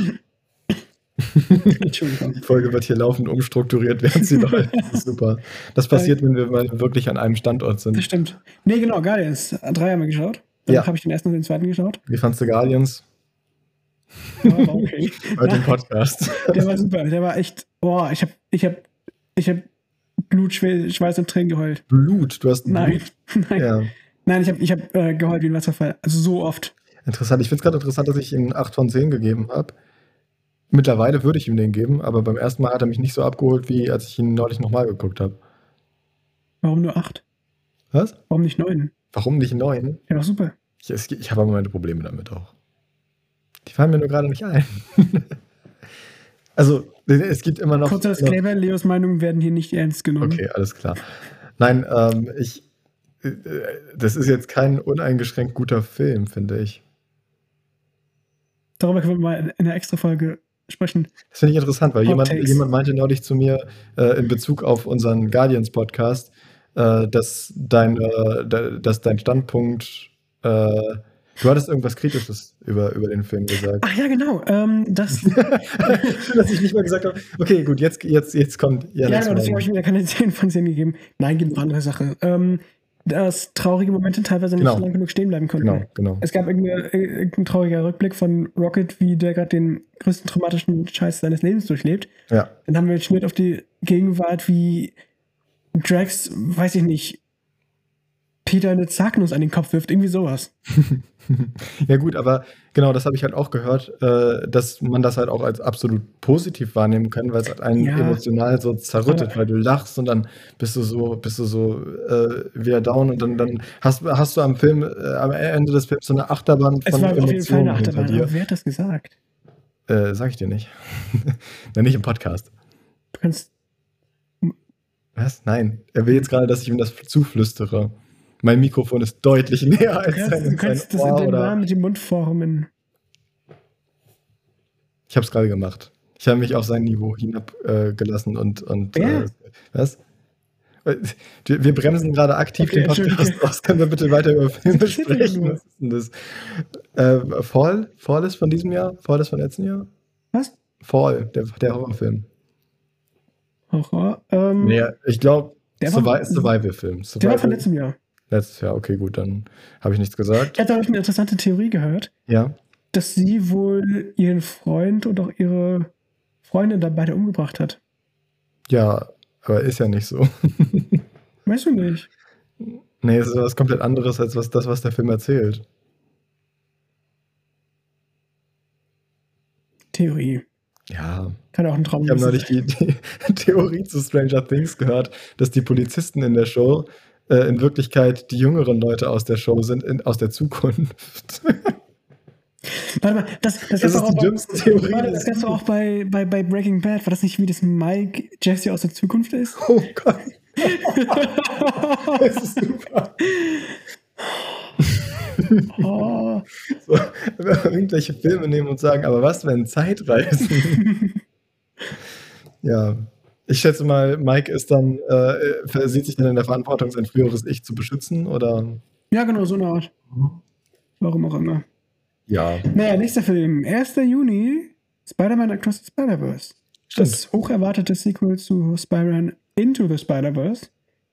Entschuldigung. Die Folge wird hier laufend (laughs) umstrukturiert, während sie läuft. Das ist super. Das passiert, wenn wir mal wirklich an einem Standort Das sind. stimmt. Nee, genau, Guardians. Drei haben wir geschaut. Danach Ja. habe ich den ersten und den zweiten (laughs) geschaut. Wie fandst du Guardians? Ja, war okay. Heute im Podcast. Der war super. Der war echt. Boah, ich habe ich hab, ich hab Blut, Schwe- Schweiß und Tränen geheult. Blut, du hast Nein, (laughs) nein. Blut. Ja. Nein, ich habe ich hab, äh, geheult wie ein Wasserfall. Also so oft. Interessant. Ich finde es gerade interessant, dass ich ihm 8 von 10 gegeben habe. Mittlerweile würde ich ihm den geben, aber beim ersten Mal hat er mich nicht so abgeholt, wie als ich ihn neulich nochmal geguckt habe. Warum nur acht? Was? Warum nicht neun? Warum nicht 9? Der war super. Ich, es- ich habe aber meine Probleme damit auch. Die fallen mir nur gerade nicht ein. (laughs) also, es gibt immer noch. Kurzer noch- Disclaimer: Leos Meinungen werden hier nicht ernst genommen. Okay, alles klar. Nein, ähm, ich. äh, Das ist jetzt kein uneingeschränkt guter Film, finde ich. Darüber können wir mal in einer extra Folge sprechen. Das finde ich interessant, weil Hot jemand, takes. jemand meinte neulich zu mir äh, in Bezug auf unseren Guardians-Podcast, äh, dass, dein, äh, de- dass dein Standpunkt. Äh, du hattest irgendwas Kritisches über, über den Film gesagt. Ach ja, genau. Ähm, das, ja, (laughs) Schön, dass ich nicht mal gesagt habe. Okay, gut, jetzt, jetzt, jetzt kommt. Ja, genau, deswegen habe ich mir da keine 10 von 10 gegeben. Nein, gibt eine andere Sache. Ähm, dass traurige Momente teilweise nicht Genau. lang genug stehen bleiben konnten. genau, genau. Es gab irgendeine- äh, irgendeinen trauriger Rückblick von Rocket, wie der gerade den größten traumatischen Scheiß seines Lebens durchlebt. Ja. Dann haben wir einen Schnitt auf die Gegenwart, wie Drax, weiß ich nicht, Peter eine Zagnus an den Kopf wirft, irgendwie sowas. Ja gut, aber genau, das habe ich halt auch gehört, äh, dass man das halt auch als absolut positiv wahrnehmen kann, weil es halt einen Ja. emotional so zerrüttet, Aber- weil du lachst und dann bist du so, bist du so äh, wieder down und dann, dann hast, hast du am Film, äh, am Ende des Films so eine Achterbahn Es von war auf jeden Fall Emotionen eine hinter Achterbahn. dir. Aber wer hat das gesagt? Äh, sag ich dir nicht. (laughs) Nein, nicht im Podcast. Du kannst. Was? Nein. Er will jetzt gerade, dass ich ihm das zuflüstere. Mein Mikrofon ist deutlich (laughs) näher Du als sein, kannst, du kannst sein das in Ohr deinem oder Namen mit dem Mund formen. Ich habe es gerade gemacht. Ich habe mich auf sein Niveau hinabgelassen äh, gelassen und. und Wer? äh, was? Äh, Wir wir bremsen gerade aktiv Okay, den Podcast Entschuldige. aus. Können wir bitte weiter über Filme Das passiert sprechen? immer Was ist denn das? Äh, Fall? Fall ist von diesem Jahr? Fall ist von letzten Jahr? Was? Fall, der, der Horrorfilm. Horror. Ähm, Nee, ich glaube, Der war- Survi Survival-Film. der war von Survival letztem Jahr. letztes Jahr, okay, gut, dann habe ich nichts gesagt. Ich hatte ich eine interessante Theorie gehört, Ja. dass sie wohl ihren Freund und auch ihre Freundin dann beide umgebracht hat. Ja, aber ist ja nicht so. Weißt du nicht? Nee, es ist was komplett anderes als was, das, was der Film erzählt. Theorie. Ja, Kann auch ein Traum Ich habe gewesen neulich sein. die, die (laughs) Theorie zu Stranger Things gehört, dass die Polizisten in der Show äh, in Wirklichkeit die jüngeren Leute aus der Show sind, in, aus der Zukunft. (laughs) Warte mal, das, Das das, gab's ist doch auch die bei- dümmste Theorie. Warte, das gab's doch auch bei, bei, bei Breaking Bad. War das nicht wie das Mike Jesse aus der (laughs) Zukunft ist? Oh Gott. das ist super. Oh, So, wenn wir irgendwelche Filme nehmen und sagen, aber was, wenn Zeitreisen? (laughs) ja. Ich schätze mal, Mike ist dann, äh, sieht sich dann in der Verantwortung, sein früheres Ich zu beschützen, oder? ja, genau, so eine Art. Warum auch immer. Ja. Naja, nächster Film. 1. Juni. Spider-Man Across the Spider-Verse. Stimmt. Das hoch erwartete Sequel zu Spider-Man Into the Spider-Verse,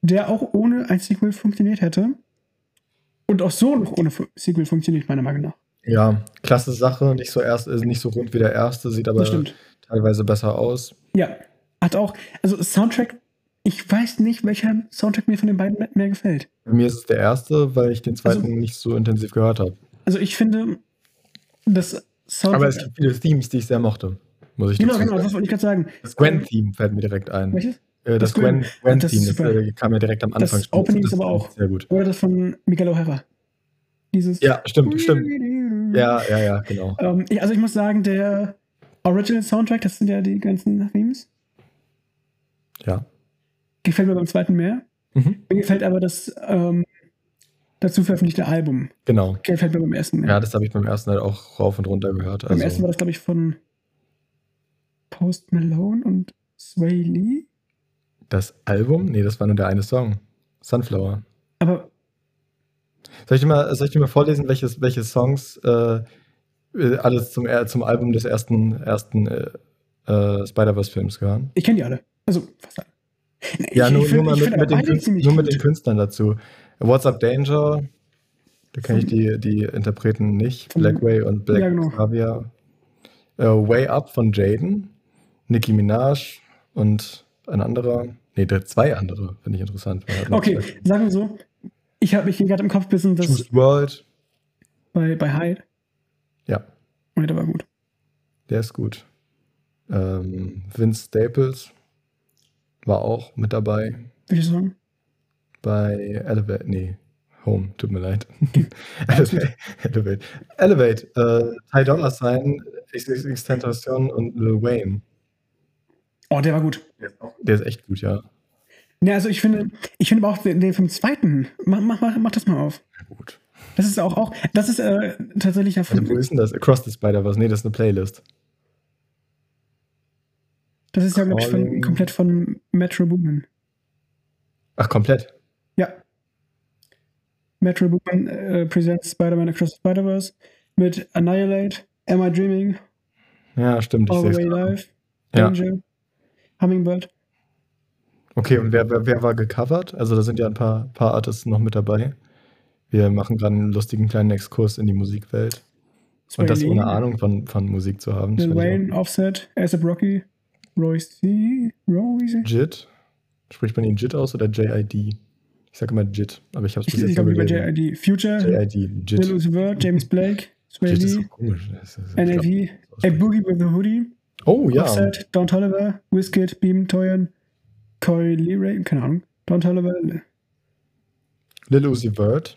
der auch ohne ein Sequel funktioniert hätte. Und auch so noch ohne Fu- Sequel funktioniert, meiner Meinung nach. Ja, klasse Sache, nicht so erst, also nicht so rund wie der erste, sieht aber Das stimmt. teilweise besser aus. Ja. Hat auch, also Soundtrack, ich weiß nicht, welcher Soundtrack mir von den beiden mehr gefällt. Bei mir ist es der erste, weil ich den zweiten nicht so intensiv gehört habe. Also ich finde, das Sound. Aber es gibt viele Themes, die ich sehr mochte, muss ich genau, dazu genau, sagen. das wollte ich gerade sagen. Das Gwen-Theme fällt mir direkt ein. Welches? Äh, das Das Gwen- Gwen- das ist Gwen-Theme, das, super. äh, kam ja direkt am Das Anfang. schon. Opening ist aber fand ich auch- Sehr gut. Oder das von Miguel O'Hara. Dieses. Ja, stimmt, stimmt. Ja, ja, ja, genau. Ähm, ich, also ich muss sagen, der Original Soundtrack, das sind ja die ganzen Themes, Ja. gefällt mir beim zweiten mehr. Mhm. Mir gefällt aber das ähm, dazu veröffentlichte Album. Genau. Gefällt mir beim ersten mehr. Ja, das habe ich beim ersten halt auch rauf und runter gehört. beim ersten Also, war das, glaube ich, von Post Malone und Sway Lee. das Album? Nee, das war nur der eine Song. Sunflower. Aber Soll ich dir mal, soll ich dir mal vorlesen, welches, welche Songs äh, äh, alles zum, er- zum Album des ersten, ersten äh, äh, Spider-Verse-Films gehören? ich kenne die alle. Also, fast alle. Nee, Ja, ich- nur, ich find- nur, mal ich mit, find mit, den, beide Kün- ziemlich nur mit gut. den Künstlern dazu. What's Up Danger, da kenne ich Von- die, die Interpreten nicht. Von- Blackway und Black Hm. Ja, genau. Xavier. Äh, Way Up von Jaden, Nicki Minaj und ein anderer. Nee, der- zwei andere, finde ich interessant. weil er hat noch Okay, zwei. sagen wir so. Ich habe mich gerade im Kopf bisschen, dass Juice World, bei, bei Hyde. ja, Hyde war gut. der ist gut. Ähm, Vince Staples war auch mit dabei. Würde ich sagen. bei Elevate, nee, Home, tut mir leid. (laughs) Elevate, Elevate, Elevate äh, Ty Dollar Sign, XXX Tentation und Lil Wayne. Oh, der war gut. Der ist, auch, der ist echt gut, ja. Ne, also ich finde, ich finde aber auch den, den vom zweiten. Mach, mach, mach, mach das mal auf. Gut. Das ist auch, auch das ist äh, tatsächlich ja Also, wo von, ist denn das? Across the Spider-Verse? Nee, das ist eine Playlist. das ist ja glaub ich, von, Calling. komplett von Metro Boomin. Ach, komplett. Ja. Metro Boomin äh, presents Spider-Man Across the Spider-Verse mit Annihilate, Am I Dreaming, Ja, stimmt. Ich All the seh's Way gerade. Live, Ja. Danger, Hummingbird. Okay, und wer, wer, wer war gecovert? Also, da sind ja ein paar, paar Artists noch mit dabei. Wir machen gerade einen lustigen kleinen Exkurs in die Musikwelt. Sway Und das Lee, ohne Ahnung von, von Musik zu haben. das Lil finde ich auch- Wayne, Offset, ASAP Rocky, Royce C. Royce. JIT. Spricht man ihn JIT aus oder JID? Ich sage immer JIT, aber ich habe es Ich, bis ich jetzt nur glaube lieber gelesen. JID. Future, JID, Lil JIT. Uzi Vert, James Blake, Sway JIT ist so Lee, komisch. Das ist- ich glaub, NAV, A Boogie with a Hoodie. Oh ja, Offset, Don Tolliver, Wizkid, Beam, Toyan, Corey Leray, keine Ahnung, Don Tolliver, ne, Lil Uzi Vert,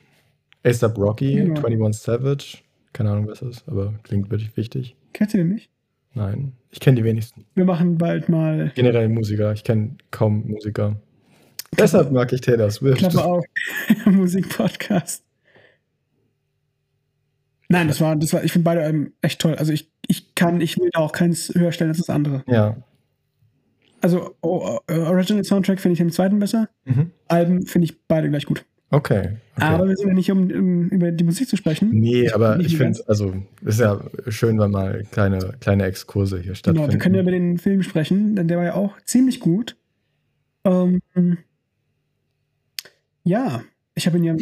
ASAP Rocky, Genau. 21 Savage. Keine Ahnung, was das ist, aber klingt wirklich wichtig. kennst du den nicht? Nein, ich kenne die wenigsten. Wir machen bald mal Generell Musiker, ich kenne kaum Musiker. (laughs) Deshalb mag ich Taylor Swift. Klappe auf, (laughs) Musikpodcast. Nein, das war, das war, ich finde beide Alben echt toll. Also ich, ich kann, ich will da auch keins höher stellen als das andere. Ja. Also o- o- Original Soundtrack finde ich den zweiten besser, Mhm. Alben finde ich beide gleich gut. Okay. okay. Aber wir sind ja nicht, um, um über die Musik zu sprechen. Nee, aber nicht ich die finde, also ist ja schön, wenn mal kleine, kleine Exkurse hier stattfinden. Genau, wir können ja über den Film sprechen, denn der war ja auch ziemlich gut. Ähm, ja, ich habe ihn ja.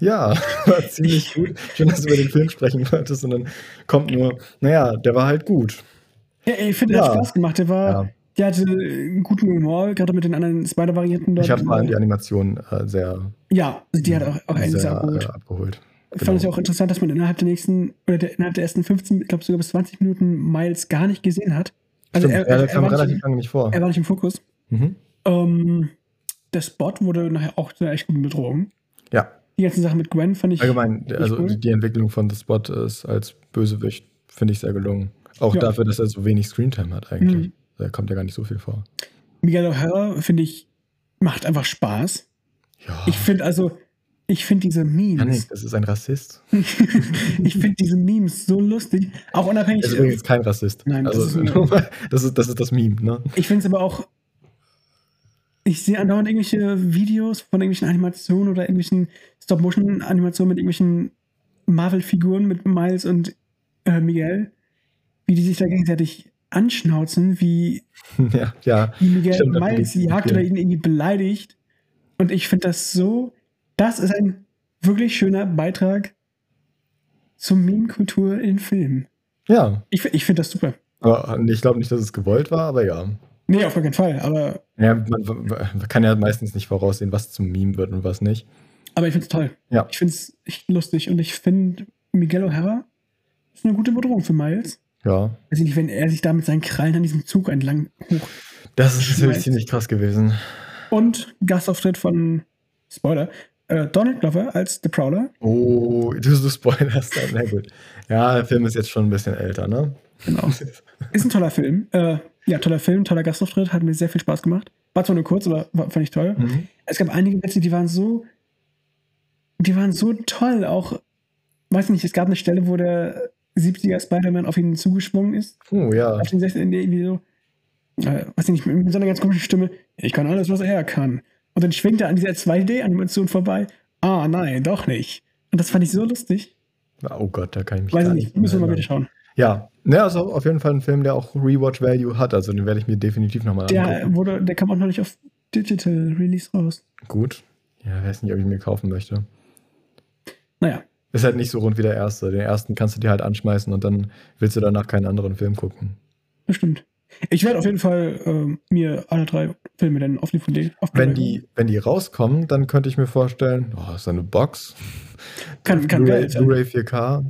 ja, (laughs) war ziemlich gut. Schön, dass du über den Film sprechen wolltest und dann kommt nur, naja, der war halt gut. ja ich finde, der hat Ja. Spaß gemacht. Der war, Ja, der hatte einen guten Humor, gerade mit den anderen Spider-Varianten dort. ich habe vor allem die Animation äh, sehr, ja, also genau. die hat auch, auch einen sehr sehr gut. äh, abgeholt. Ich Fand es ja auch interessant, dass man innerhalb der nächsten, oder der, innerhalb der ersten 15, ich glaube sogar bis 20 Minuten Miles gar nicht gesehen hat. Also Stimmt, ja, er, er, der er, kam war relativ nicht, lange nicht vor. er war nicht im Fokus. Mhm. Ähm, der Spot wurde nachher auch zu einer echt guten Bedrohung. Ja, Die ganzen Sachen mit Gwen fand ich. (laughs) allgemein, also cool. die Entwicklung von The Spot ist als Bösewicht, finde ich, sehr gelungen. Auch Ja. dafür, dass er so wenig Screentime hat eigentlich. Mhm. Da kommt ja gar nicht so viel vor. Miguel O'Hara, finde ich, macht einfach Spaß. Ja, Ich finde also, ich finde diese Janik, Memes, das ist ein Rassist. (laughs) ich finde diese Memes so lustig, auch unabhängig. Er ist übrigens kein Rassist. Nein, das also, (laughs) ist nur- das, ist, das ist das Meme, ne? (laughs) Ich finde es aber auch, ich sehe andauernd irgendwelche Videos von irgendwelchen Animationen oder irgendwelchen Stop-Motion-Animationen mit irgendwelchen Marvel-Figuren mit Miles und äh, Miguel, wie die sich da gegenseitig anschnauzen, wie ja, ja. wie Miguel Stimmt, das Miles liegt- jagt okay. oder ihn irgendwie beleidigt. Und ich finde das so, das ist ein wirklich schöner Beitrag zur Meme-Kultur in Filmen. Ja. Ich, fi- ich finde das super. Aber ich glaube nicht, dass es gewollt war, aber ja. Nee, auf gar keinen Fall, aber, Ja, man, man kann ja meistens nicht voraussehen, was zum Meme wird und was nicht. aber ich finde es toll. Ja. Ich finde es echt lustig und ich finde Miguel O'Hara ist eine gute Bedrohung für Miles. Ja. Weiß ich nicht, wenn er sich da mit seinen Krallen an diesem Zug entlang hoch. Das ist natürlich ziemlich krass gewesen. Und Gastauftritt von, Spoiler, äh, Donald Glover als The Prowler. Oh, du, du spoilerst dann. Na gut. Ja, der Film ist jetzt schon ein bisschen älter, (laughs) ne? Genau. Ist ein toller Film. Äh, ja, toller Film, toller Gastauftritt, hat mir sehr viel Spaß gemacht. War zwar nur kurz, aber war, fand ich toll. Mhm. Es gab einige Witze, die waren so, die waren so toll. Auch, weiß nicht, es gab eine Stelle, wo der 70er Spider-Man auf ihn zugeschwungen ist. Oh ja. Auf den 16. irgendwie so, äh, weiß ich nicht, mit so einer ganz komischen Stimme. Ich kann alles, was er kann. Und dann schwingt er an dieser 2D-Animation vorbei. Ah, nein, doch nicht. Und das fand ich so lustig. Oh Gott, da kann ich mich Weiß ich gar nicht, mehr müssen wir mal erinnern. wieder schauen. Ja, ne, also auf jeden Fall ein Film, der auch Rewatch-Value hat. Also den werde ich mir definitiv nochmal angucken. Der, wurde, der kam auch noch nicht auf Digital Release raus. Gut. Ja, weiß nicht, ob ich mir kaufen möchte. Naja, Ist halt nicht so rund wie der erste. Den ersten kannst du dir halt anschmeißen und dann willst du danach keinen anderen Film gucken. bestimmt. Ich werde auf jeden Fall ähm, mir alle drei Filme dann auf DVD auf Wenn Blu-ray holen. die, wenn die rauskommen, dann könnte ich mir vorstellen, oh, ist da eine Box? Kann, kann Blu-ray Geld sein. Blu 4K.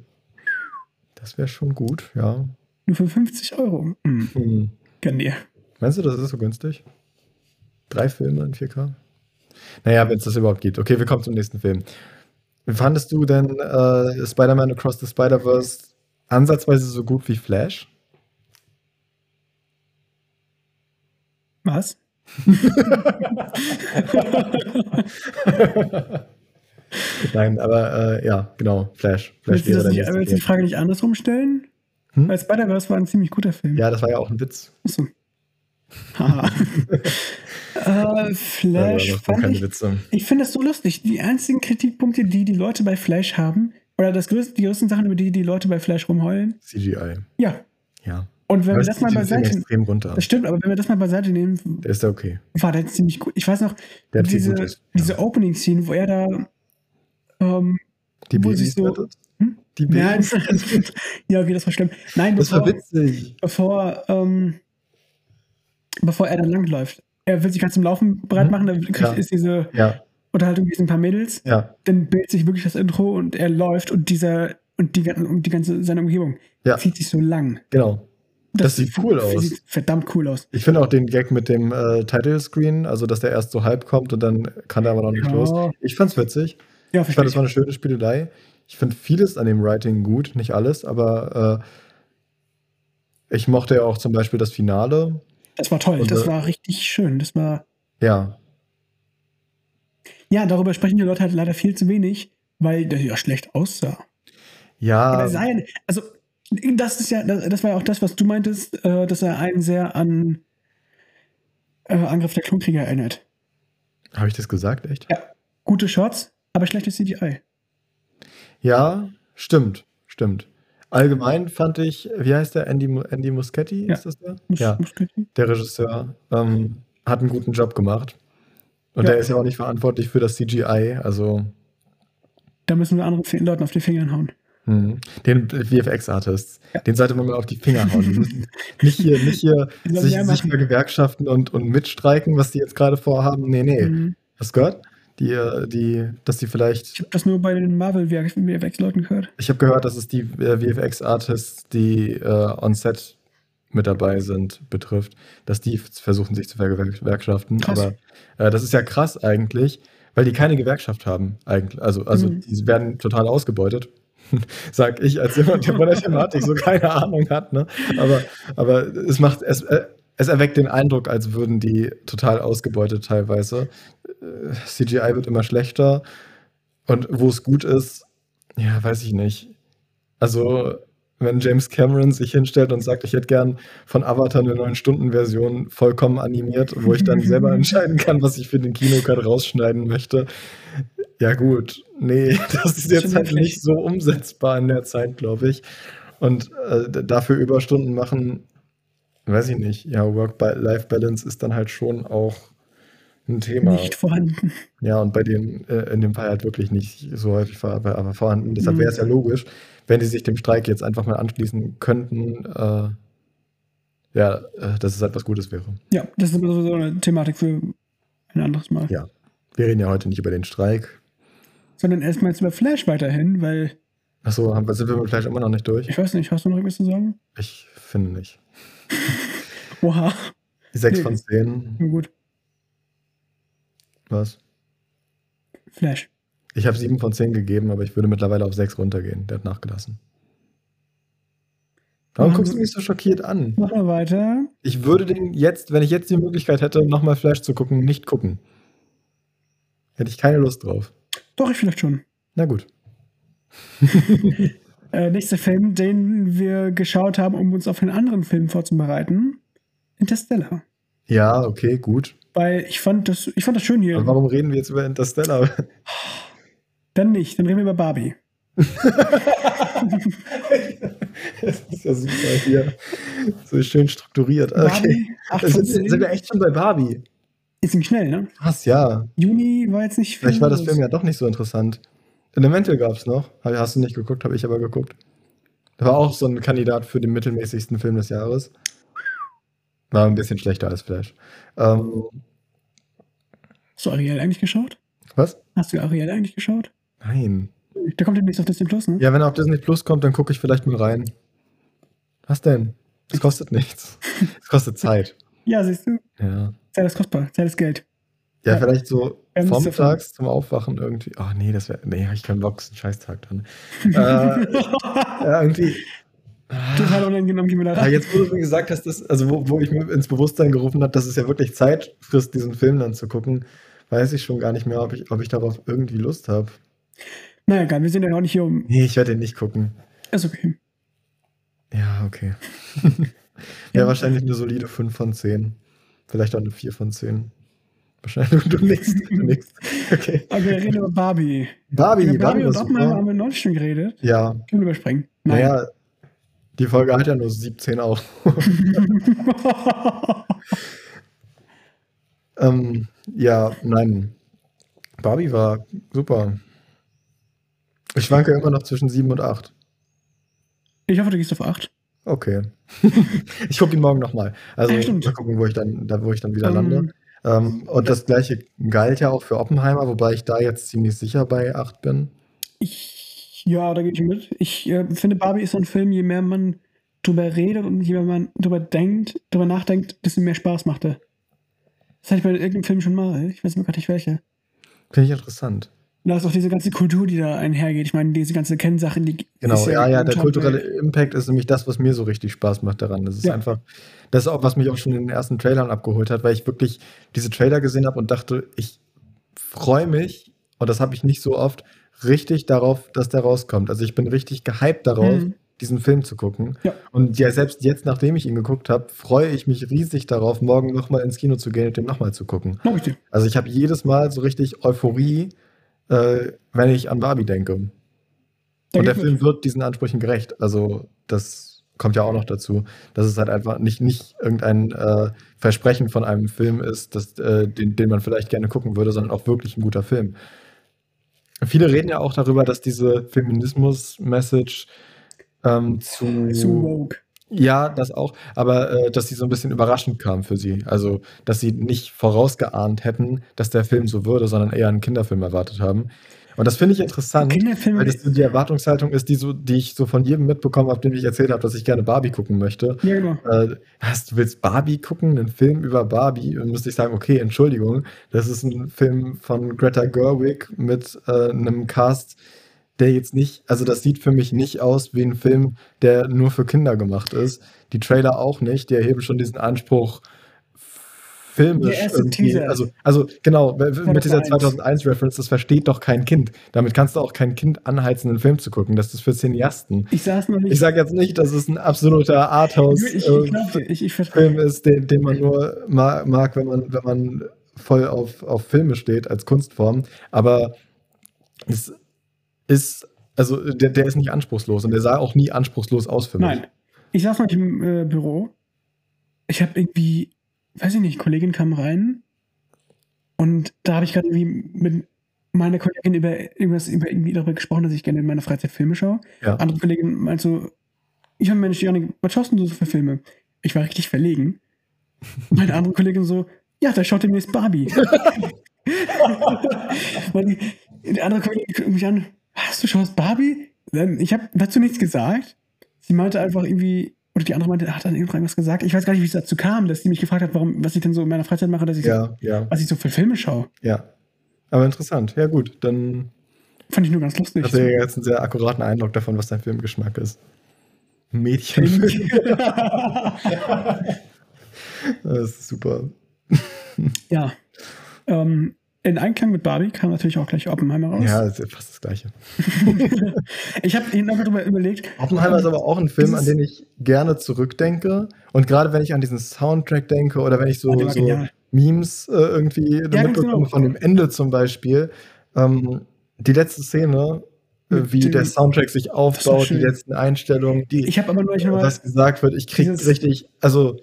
Das wäre schon gut, ja. Nur für 50 Euro. Hm, Hm. kann dir. Meinst du, das ist so günstig? Drei Filme in 4K? Naja, wenn es das überhaupt gibt. Okay, wir kommen zum nächsten Film. Wie Fandest du denn äh, Spider-Man Across the Spider-Verse ansatzweise so gut wie Flash? Was? Nein, aber äh, ja, genau, Flash. Flash Willst du, wäre das der nicht, nächste willst du die Film. Frage nicht andersrum stellen? Hm? Weil Spider-Verse war ein ziemlich guter Film. Ja, das war ja auch ein Witz. Achso. (laughs) Haha. äh, Flash Ja, aber fand Also, keine ich Witze. Ich finde das so lustig. Die einzigen Kritikpunkte, die die Leute bei Flash haben, oder das größte, die größten Sachen, über die die Leute bei Flash rumheulen, CGI. ja. Ja. Und wenn Aber wir es das zieht mal den Film beiseite extrem runter. das stimmt, aber wenn wir das mal beiseite nehmen, Der ist ja okay. war der ziemlich gut. Ich weiß noch, Der hat viel diese, Gutes, ja. diese Opening-Scene, wo er da ähm, Die Wo Babys sich so- rettet? Hm? Die nein, Babys. (laughs) ja, okay, das war schlimm. Nein, Das bevor, war witzig. bevor, ähm, bevor er dann langläuft. Er will sich ganz zum Laufen bereit machen, dann kriegt, Mhm. Ja. ist diese Ja, Unterhaltung mit diesen paar Mädels. ja, dann bildet sich wirklich das Intro und er läuft und dieser und die, gan- und die ganze seine Umgebung Ja. zieht sich so lang. genau. Das sieht cool aus. Sieht verdammt cool aus. Ich finde auch den Gag mit dem äh, Title Screen, also dass der erst so halb kommt und dann kann der aber noch nicht Ja. los. Ich fand's witzig. Ja, Ich fand, verstehe. das war eine schöne Spiegelei. Ich finde vieles an dem Writing gut, nicht alles, aber äh, ich mochte ja auch zum Beispiel das Finale. Das war toll. Das Und, äh, war richtig schön. Das war Ja, ja darüber sprechen die Leute halt leider viel zu wenig, weil der ja schlecht aussah. ja, Aber sein, also das ist ja, das, das war ja auch das, was du meintest, äh, dass er einen sehr an äh, Angriff der Klonkrieger erinnert. habe ich das gesagt, echt? Ja, gute Shots, aber schlechtes CGI. Ja, stimmt, stimmt. Allgemein fand ich, wie heißt der, Andy, Mu- Andy Muschetti, Ja. ist das der? Muss, Ja, muss der Regisseur ähm, hat einen guten Job gemacht. Und Ja. der ist ja auch nicht verantwortlich für das CGI, also da müssen wir anderen Leuten auf die Finger hauen. Hm. Den VFX-Artists. Den sollte man mal auf die Finger hauen. Die müssen nicht hier, nicht hier (laughs) Die sollen sich, mehr sich machen. mal Gewerkschaften und, und mitstreiken, was die jetzt gerade vorhaben. Nee, nee. Mhm. Hast du gehört? Die, äh, die, dass die Ich vielleicht. habe das nur bei den Marvel-VFX-Leuten gehört. Ich habe gehört, dass es die äh, VFX-Artists, die äh, on set mit dabei sind, betrifft, dass die f- versuchen, sich zu vergewerkschaften. Krass. Aber äh, das ist ja krass eigentlich, weil die keine Gewerkschaft haben. Eigentlich. Also, also Mhm. die werden total ausgebeutet. (laughs) Sag ich als jemand, der von der Thematik so keine Ahnung hat. Ne? Aber, aber es macht es, äh, es erweckt den Eindruck, als würden die total ausgebeutet teilweise. Äh, CGI wird immer schlechter. Und wo es gut ist, ja, weiß ich nicht. Also, wenn James Cameron sich hinstellt und sagt, ich hätte gern von Avatar eine 9-Stunden-Version vollkommen animiert, wo ich dann selber entscheiden kann, was ich für den Kinocut rausschneiden möchte. Ja, gut. Nee, (laughs) das ist jetzt Schon halt wirklich. nicht so umsetzbar in der Zeit, glaube ich. Und äh, d- dafür Überstunden machen, weiß ich nicht. Ja, Work-Life-Balance ist dann halt schon auch ein Thema. Nicht vorhanden. Ja, und bei dem, äh, in dem Fall halt wirklich nicht so häufig vor, bei- aber vorhanden. Deshalb Mhm. wäre es ja logisch, wenn die sich dem Streik jetzt einfach mal anschließen könnten, äh, ja, äh, dass es halt was Gutes wäre. Ja, das ist aber sowieso eine Thematik für ein anderes Mal. Ja. Wir reden ja heute nicht über den Streik. Sondern erstmal jetzt über Flash weiterhin, weil Achso, haben wir- sind wir vielleicht immer noch nicht durch? Ich weiß nicht, hast du noch irgendwas zu sagen? Ich finde nicht. Oha, (laughs) 6 Nee. von 10. na gut. Was? Flash. Ich habe 7 von 10 gegeben, aber ich würde mittlerweile auf 6 runtergehen. Der hat nachgelassen. Warum Machen guckst wir- du mich so schockiert an? Machen wir weiter. Ich würde den jetzt, wenn ich jetzt die Möglichkeit hätte, nochmal Flash zu gucken, nicht gucken. Hätte ich keine Lust drauf. Doch, ich vielleicht schon. Na gut. Äh, nächster Film, den wir geschaut haben, um uns auf einen anderen Film vorzubereiten. Interstellar. Ja, okay, gut. Weil ich fand das, ich fand das schön hier. Aber warum reden wir jetzt über Interstellar? (laughs) Dann nicht, dann reden wir über Barbie. Das ist ja super hier. So schön strukturiert. Okay. Barbie, 8 von Sind, sind 10. wir echt schon bei Barbie? Ist ziemlich schnell, ne? Krass, ja. Juni war jetzt nicht viel. Vielleicht war das los. Film ja doch nicht so interessant. Elemental gab es noch. Hab- Hast du nicht geguckt, habe ich aber geguckt. Das war auch so ein Kandidat für den mittelmäßigsten Film des Jahres. War ein bisschen schlechter als Flash. Ähm, Hast du Ariel eigentlich geschaut? was? Hast du Ariel eigentlich geschaut? Nein. Da kommt demnächst auf Disney Plus, ne? Ja, wenn er auf Disney Plus kommt, dann gucke ich vielleicht mal rein. Was denn? Es kostet nichts. Es kostet Zeit. Ja, siehst du. Ja. Zeit ist kostbar, Zeit (laughs) ist Geld. Ja, Ja. vielleicht so Ja, müsst ihr vormittags zum Aufwachen irgendwie. Ach nee, das wäre. Nee, hab ich keinen Bock, ist ein Scheißtag dann. äh, ja, irgendwie. Total unangenehm, gehen wir da Ja, rein. jetzt, wo du mir gesagt hast, dass, also wo, wo ich mir ins Bewusstsein gerufen habe, dass es ja wirklich Zeit frisst, diesen Film dann zu gucken, weiß ich schon gar nicht mehr, ob ich, ob ich darauf irgendwie Lust habe. Naja, egal, wir sind ja auch nicht hier um. Nee, ich werde den nicht gucken. Ist okay. Ja, (laughs) okay. ja, Ja. wahrscheinlich eine solide 5 von 10. Vielleicht auch eine 4 von 10. Wahrscheinlich du nix, du nix. Okay. Aber wir reden über Barbie. Barbie, über Barbie und war Oppenheimer haben super. wir neulich schon geredet. Ja, Können wir überspringen. Nein. naja, die Folge hat ja nur 17 auch. Ähm, ja, nein. Barbie war super. Ich schwanke immer noch zwischen 7 und 8. (laughs) ich hoffe, du gehst auf 8. (laughs) Okay. ich gucke ihn morgen nochmal. Also Ja, stimmt. mal gucken, wo ich dann, da, wo ich dann wieder lande. Hm, Ähm, und das gleiche galt ja auch für Oppenheimer, wobei ich da jetzt ziemlich sicher bei 8 bin. Ich, ja, da gehe ich mit. Ich äh, finde, Barbie ist so ein Film, je mehr man drüber redet und je mehr man drüber denkt, drüber nachdenkt, desto mehr Spaß macht er. Das hatte ich bei irgendeinem Film schon mal. Ich weiß mir gar nicht welcher. Finde ich interessant. Und da ist auch diese ganze Kultur, die da einhergeht. Ich meine, diese ganze Kennsachen, die. Genau, ist ja, ja, der unscheinbar. kulturelle Impact ist nämlich das, was mir so richtig Spaß macht daran. Das ist Ja. einfach, das ist auch, was mich auch schon in den ersten Trailern abgeholt hat, weil ich wirklich diese Trailer gesehen habe und dachte, ich freue mich, und das habe ich nicht so oft, richtig darauf, dass der rauskommt. Also ich bin richtig gehypt darauf, Mhm. diesen Film zu gucken. Ja. Und ja, selbst jetzt, nachdem ich ihn geguckt habe, freue ich mich riesig darauf, morgen nochmal ins Kino zu gehen und den nochmal zu gucken. Glaub ich dir. Also ich habe jedes Mal so richtig Euphorie, äh, wenn ich an Barbie denke. Da Und der geht's Film mit. wird diesen Ansprüchen gerecht. Also das kommt ja auch noch dazu, dass es halt einfach nicht, nicht irgendein äh, Versprechen von einem Film ist, dass, äh, den, den man vielleicht gerne gucken würde, sondern auch wirklich ein guter Film. Viele reden ja auch darüber, dass diese Feminismus-Message ähm, zu, Zu woke. ja, das auch, aber äh, dass sie so ein bisschen überraschend kam für sie. Also, dass sie nicht vorausgeahnt hätten, dass der Film so würde, sondern eher einen Kinderfilm erwartet haben. Und das finde ich interessant. Kinderfilme. Weil das so die Erwartungshaltung ist, die, so, die ich so von jedem mitbekommen habe, dem ich erzählt habe, dass ich gerne Barbie gucken möchte. ja, genau. Äh, was, du willst Barbie gucken, einen Film über Barbie? Und müsste ich sagen, okay, Entschuldigung, das ist ein Film von Greta Gerwig mit äh, einem Cast, der jetzt nicht, also das sieht für mich nicht aus wie ein Film, der nur für Kinder gemacht ist. Die Trailer auch nicht, die erheben schon diesen Anspruch filmisch Der erste irgendwie. Teaser. Also, also genau, w- w- mit dieser 2001. 2001-Reference, das versteht doch kein Kind. Damit kannst du auch kein Kind anheizen, einen Film zu gucken. Das ist für Cineasten. Ich saß noch nicht. Ich sage jetzt nicht, dass es ein absoluter ich, Arthouse ich, ich äh, glaub dir. Ich, ich vertraue. Film ist, den, den man nur ma mag, wenn man, wenn man voll auf, auf Filme steht als Kunstform. Aber es ist, also der, der ist nicht anspruchslos und der sah auch nie anspruchslos aus für mich. Nein. Ich saß noch im äh, Büro. Ich habe irgendwie, weiß ich nicht, Kollegin kam rein und da habe ich gerade irgendwie mit meiner Kollegin über irgendwas über irgendwie darüber gesprochen, dass ich gerne in meiner Freizeit Filme schaue. Ja. Andere Kollegin meinte so, ich habe Mensch, Janik, was schaust denn du so für Filme? Ich war richtig verlegen. Meine andere Kollegin so, ja, da schaut demnächst Barbie. (laughs) Weil die, die andere Kollegin guckt mich an, was, du schaust Barbie? Ich habe dazu nichts gesagt. Sie meinte einfach irgendwie, oder die andere meinte, hat dann irgendwas gesagt. Ich weiß gar nicht, wie es dazu kam, dass sie mich gefragt hat, warum, was ich denn so in meiner Freizeit mache, dass ich, Ja, ja, so, was ich so für Filme schaue. ja. Aber interessant. Ja, gut. Dann Fand ich nur ganz lustig. hast du ja jetzt einen sehr akkuraten Eindruck davon, was dein Filmgeschmack ist. Mädchen. (laughs) (laughs) das ist super. ja. Ähm, in Einklang mit Barbie kam natürlich auch gleich Oppenheimer raus. Ja, das ist fast das Gleiche. Ich habe ihn einfach darüber überlegt. Oppenheimer ist aber auch ein Film, Das an ist- den ich gerne zurückdenke. Und gerade wenn ich an diesen Soundtrack denke oder wenn ich so, Ah, der war so genial. Memes äh, irgendwie Ja, ganz mitbekomme genau. von dem Ende zum Beispiel, ähm, die letzte Szene, äh, Mit wie dem- der Soundtrack sich aufbaut, die schön. letzten Einstellungen, die, Ich habe aber nur äh, nochmal. was gesagt wird, ich krieg dieses- richtig, also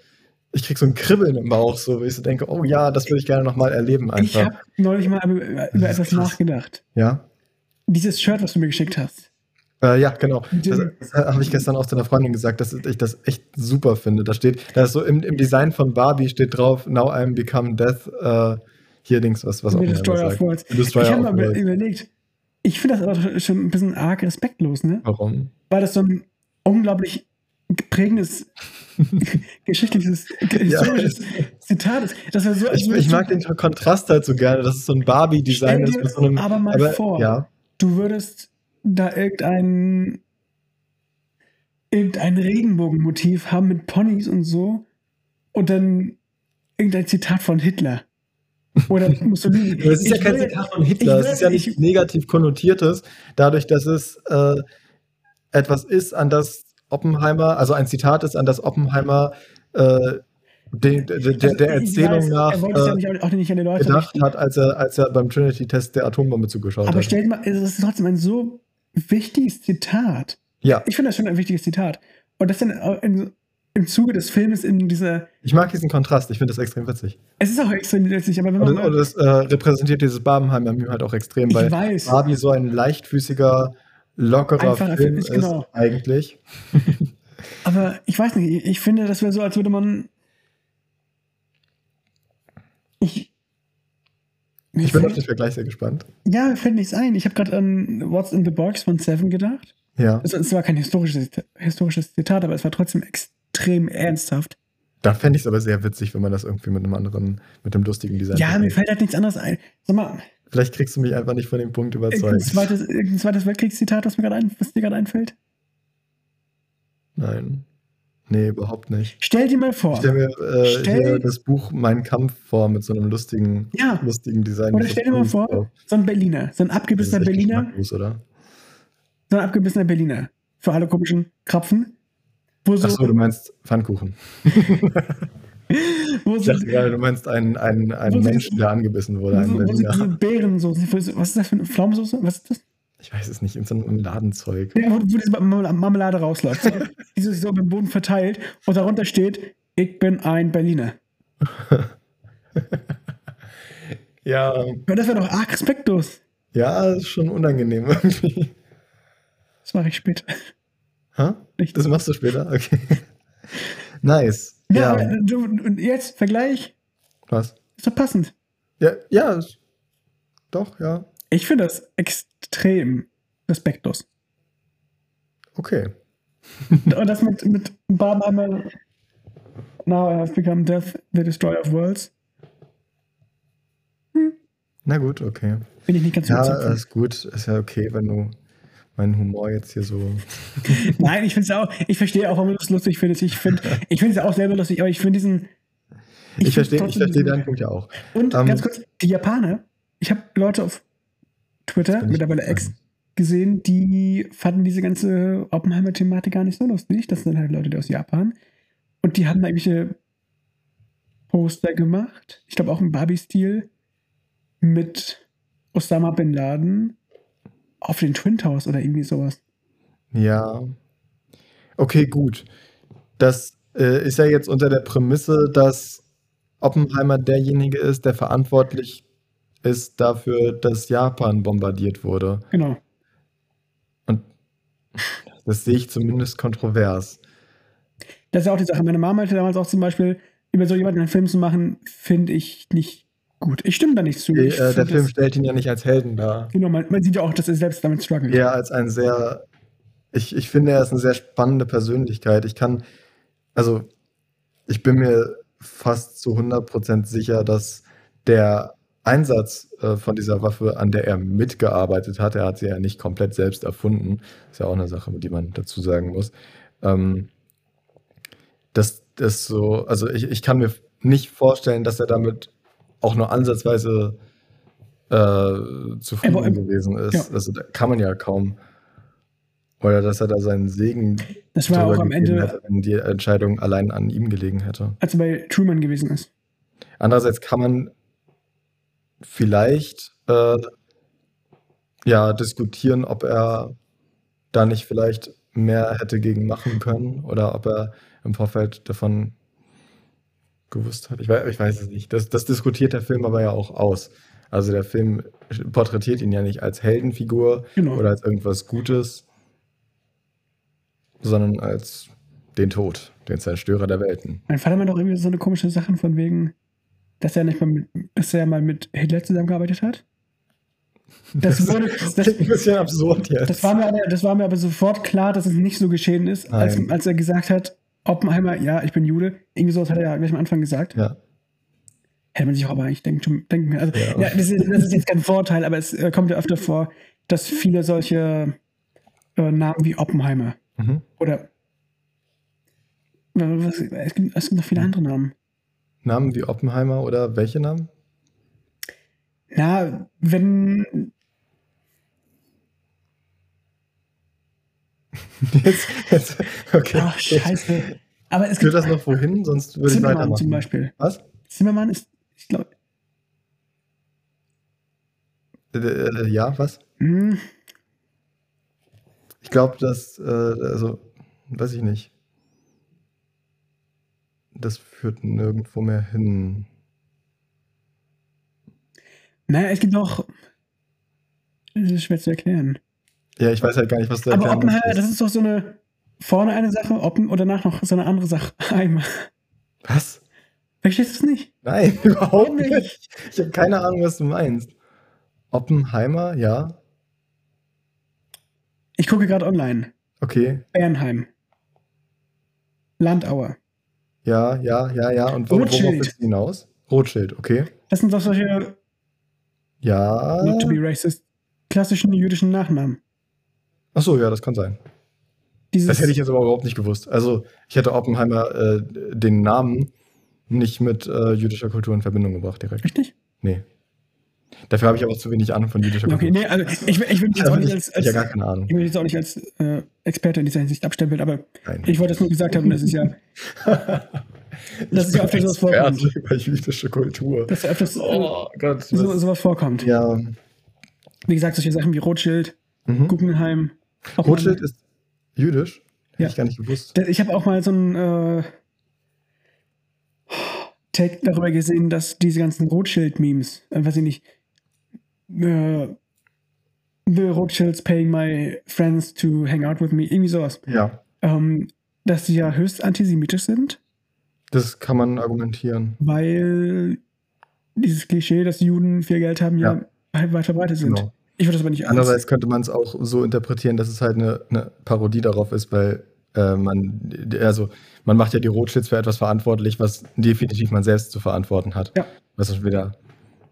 ich krieg so ein Kribbeln im Bauch, so wie ich so denke, oh ja, das würde ich gerne nochmal erleben Ich einfach. habe neulich mal über, Das über ist etwas krass. nachgedacht. Ja. Dieses Shirt, was du mir geschickt hast. Äh, ja, genau. Das, Dem- das habe ich gestern auch zu einer Freundin gesagt, dass ich das echt super finde. Da steht, da ist so im, im Design von Barbie steht drauf, Now I'm Become Death. Äh, hier Dings, was, was auch Mit immer. Destroyer das of sagt. Worlds. Destroyer ich habe of mal über- Worlds. überlegt, ich finde das aber schon ein bisschen arg respektlos, ne? Warum? Weil das so ein unglaublich prägendes (laughs) geschichtliches, historisches Zitat ist. Das wäre so, als Ich, würdest ich du- mag den Kontrast halt so gerne, dass es so ein Barbie-Design Stell ist dir mit so einem. aber mal vor, Ja, du würdest da irgendein, irgendein Regenbogenmotiv haben mit Ponys und so und dann irgendein Zitat von Hitler. (laughs) Oder Mussolini. das ist ja Ich kein will- Zitat von Hitler, ich es will- ist ja nicht ich- negativ konnotiertes, dadurch, dass es äh, etwas ist, an das Oppenheimer, also ein Zitat ist, an das Oppenheimer äh, den, der, der, der Also, ich Erzählung weiß, nach. Er wollte es äh, ja nicht, auch nicht an die Leute gedacht richten. hat, als er, als er beim Trinity-Test der Atombombe zugeschaut Aber hat. stell dir mal, es ist trotzdem ein so wichtiges Zitat. Ja, Ich finde das schon ein wichtiges Zitat. Und das dann auch in, im Zuge des Filmes in dieser. ich mag diesen Kontrast, ich finde das extrem witzig. Es ist auch extrem letztlich, aber wenn man. Und, und das äh, repräsentiert dieses Barbenheimer Meme halt auch extrem, ich weil weiß. Barbie so ein leichtfüßiger, lockerer Einfacher Film Film, ist genau. eigentlich. Aber ich weiß nicht, ich- ich finde, das wäre so, als würde man. Ich. Ich ich bin auf den fällt, Vergleich sehr gespannt. ja, mir fällt nichts ein. Ich habe gerade an What's in the Box von Seven gedacht. Ja, Also, Es war kein historisches, historisches Zitat, aber es war trotzdem extrem ernsthaft. da fände ich es aber sehr witzig, wenn man das irgendwie mit einem anderen, mit einem lustigen Design Ja, mir verbindet. fällt halt nichts anderes ein. Sag mal, Vielleicht kriegst du mich einfach nicht von dem Punkt irgendein überzeugt. zweites, irgendein zweites Weltkriegszitat, was mir gerade ein, was dir gerade einfällt. Nein. Nee, überhaupt nicht. Stell dir mal Ich vor. stelle mir äh, Stell- hier das Buch Mein Kampf vor mit so einem lustigen, Ja. lustigen Design. Oder mit so stell dir mal Pullis vor, drauf. so ein Berliner, so ein abgebissener Das ist echt Berliner, geschmacklos, oder? so ein abgebissener Berliner. Für alle komischen Krapfen. Wo so, Achso, du meinst Pfannkuchen. wo Ich so, dachte gerade, du meinst einen, einen, einen Wo sie- Menschen, der angebissen wurde. wo Einen so, wo so diese Berliner. Beerensoße, wo so- was ist das für eine Pflaumensoße? Was ist das? Ich weiß es nicht, in so einem Ladenzeug. Ja, wo, wo diese Marmel- Marmelade rausläuft. (laughs) So, die sich so im Boden verteilt und darunter steht, ich bin ein Berliner. Ja, Ja, das wäre doch arg respektlos. ja, ist schon unangenehm (laughs) irgendwie. Das mache ich später. (laughs) Hä? Nicht. Das machst du (laughs) später? Okay. Nice. Ja, Ja, aber äh, du, und jetzt Vergleich. was? Ist doch passend. Ja, ja, ist- doch, ja. Ich finde das extrem (laughs) respektlos. Okay. Und das mit, mit Bam einmal Now I have become Death, the Destroyer of Worlds. Na gut, okay. Bin ich nicht ganz Ja, überzeugt. ist gut. Ist ja okay, wenn du meinen Humor jetzt hier so. von. Nein, ich finde es auch, ich verstehe auch, warum du es lustig findest. Ich finde ich es auch selber lustig, aber ich finde diesen. Ich, find verstehe, ich trotzdem verstehe diesen- deinen Punkt ja auch. Und Ähm, ganz kurz, die Japaner, ich habe Leute auf Twitter, bin ich mittlerweile Ex, gesehen, die fanden diese ganze Oppenheimer-Thematik gar nicht so lustig. Das sind halt Leute die aus Japan. Und die haben da irgendwelche Poster gemacht. Ich glaube auch im Barbie-Stil mit Osama Bin Laden auf den Twin Towers oder irgendwie sowas. Ja. Okay, gut. Das äh, ist ja jetzt unter der Prämisse, dass Oppenheimer derjenige ist, der verantwortlich ist dafür, dass Japan bombardiert wurde. Genau. Das sehe ich zumindest kontrovers. Das ist ja auch die Sache. Meine Mama meinte damals auch zum Beispiel, über so jemanden einen Film zu machen, finde ich nicht gut. Ich stimme da nicht zu. Äh, Ich äh, der find Film das- stellt ihn ja nicht als Helden dar, Genau, man, man sieht ja auch, dass er selbst damit struggelt. eher als einen sehr Ich, ich finde, er ist eine sehr spannende Persönlichkeit. Ich kann, also, ich bin mir fast zu 100% sicher, dass der Einsatz äh, von dieser Waffe, an der er mitgearbeitet hat, er hat sie ja nicht komplett selbst erfunden, ist ja auch eine Sache, die man dazu sagen muss, ähm, dass das so, also ich, ich kann mir nicht vorstellen, dass er damit auch nur ansatzweise äh, zufrieden Aber, ähm, gewesen ist. ja. Also da kann man ja kaum. Oder dass er da seinen Segen Das war drüber auch am gegeben Ende- hätte, wenn die Entscheidung allein an ihm gelegen hätte. als er bei Truman gewesen ist. Andererseits kann man vielleicht äh, ja diskutieren, ob er da nicht vielleicht mehr hätte gegen machen können oder ob er im Vorfeld davon gewusst hat. Ich weiß, ich weiß es nicht. Das, das diskutiert der Film aber ja auch aus. Also der Film porträtiert ihn ja nicht als Heldenfigur Genau. oder als irgendwas Gutes, sondern als den Tod, den Zerstörer der Welten. Mein Vater meint auch irgendwie so eine komische Sachen von wegen, dass er nicht mal mit, dass er mal mit Hitler zusammengearbeitet hat. Das, (laughs) wurde, das, klingt ein bisschen absurd jetzt. das, war mir aber, das war mir aber sofort klar, dass es nicht so geschehen ist, als, Nein. als er gesagt hat, Oppenheimer, ja, ich bin Jude. Irgendwie sowas hat er ja gleich am Anfang gesagt. ja. Hätte man sich auch aber eigentlich denken, schon- denken können. Also, Ja. ja. das, ist, das ist jetzt kein Vorteil, aber es äh, kommt ja öfter vor, dass viele solche äh, Namen wie Oppenheimer Mhm. oder äh, was, es, gibt, es gibt noch viele andere Namen. Namen wie Oppenheimer oder welche Namen? (laughs) Na, wenn. Jetzt, jetzt, okay. Ach, Ah, scheiße. Aber es Führt gibt das noch wohin? Sonst würde ich Zimmermann zum weitermachen. Beispiel. Was? Zimmermann ist, ich glaube, Äh, äh, ja, was? hm, Ich glaube, dass, äh, also, weiß ich nicht. Das führt nirgendwo mehr hin. naja, es gibt noch. Das ist schwer zu erklären. Ja, ich weiß halt gar nicht, was du Aber erklären Oppenheimer, möchtest. das ist doch so eine. Vorne eine Sache, Oppen oder danach noch so eine andere Sache. (laughs) Einmal. Was? Verstehst du es nicht? Nein, (laughs) überhaupt Warum nicht. Ich habe keine Ahnung, was du meinst. Oppenheimer, ja. Ich gucke gerade online. Okay. Bernheim. Landauer. Ja, ja, ja, ja. Und wo, worauf Rothschild. willst du hinaus? Rothschild, okay. Das sind doch solche, Ja. not to be racist, klassischen jüdischen Nachnamen. Ach so, ja, das kann sein. Das Dieses, hätte ich jetzt aber überhaupt nicht gewusst. Also, ich hätte Oppenheimer äh, den Namen nicht mit äh, jüdischer Kultur in Verbindung gebracht direkt. richtig? Nee. Dafür habe ich aber auch zu wenig Ahnung von jüdischer Okay, Kultur. nee, also ich, ich will mich jetzt Also auch nicht ich als, ich habe als, gar keine Ahnung. ich will mich jetzt auch nicht als äh, Experte in dieser Hinsicht abstempeln, aber Nein. ich wollte es nur gesagt haben, dass (laughs) es ja, das bin ist ja öfters sowas Experte vorkommt. über jüdische Kultur. dass ja öfters äh, Oh Gott. so, was- sowas vorkommt. Ja. Wie gesagt, solche Sachen wie Rothschild, Mhm. Guggenheim. auch Rothschild ist jüdisch. Hätte Ja. ich gar nicht gewusst. Da- Ich habe auch mal so ein äh, Tag darüber gesehen, dass diese ganzen Rothschild-Memes, äh, weiß ich nicht, äh, The Rothschilds paying my friends to hang out with me, irgendwie sowas, Ja. ähm, dass die ja höchst antisemitisch sind, Das kann man argumentieren. weil dieses Klischee, dass Juden viel Geld haben, ja, Ja. halt weit verbreitet sind. Genau. Ich würde das aber nicht anders. Andererseits könnte man es auch so interpretieren, dass es halt eine, eine Parodie darauf ist, weil äh, man, also man macht ja die Rothschilds für etwas verantwortlich, was definitiv man selbst zu verantworten hat. Ja. Was schon wieder,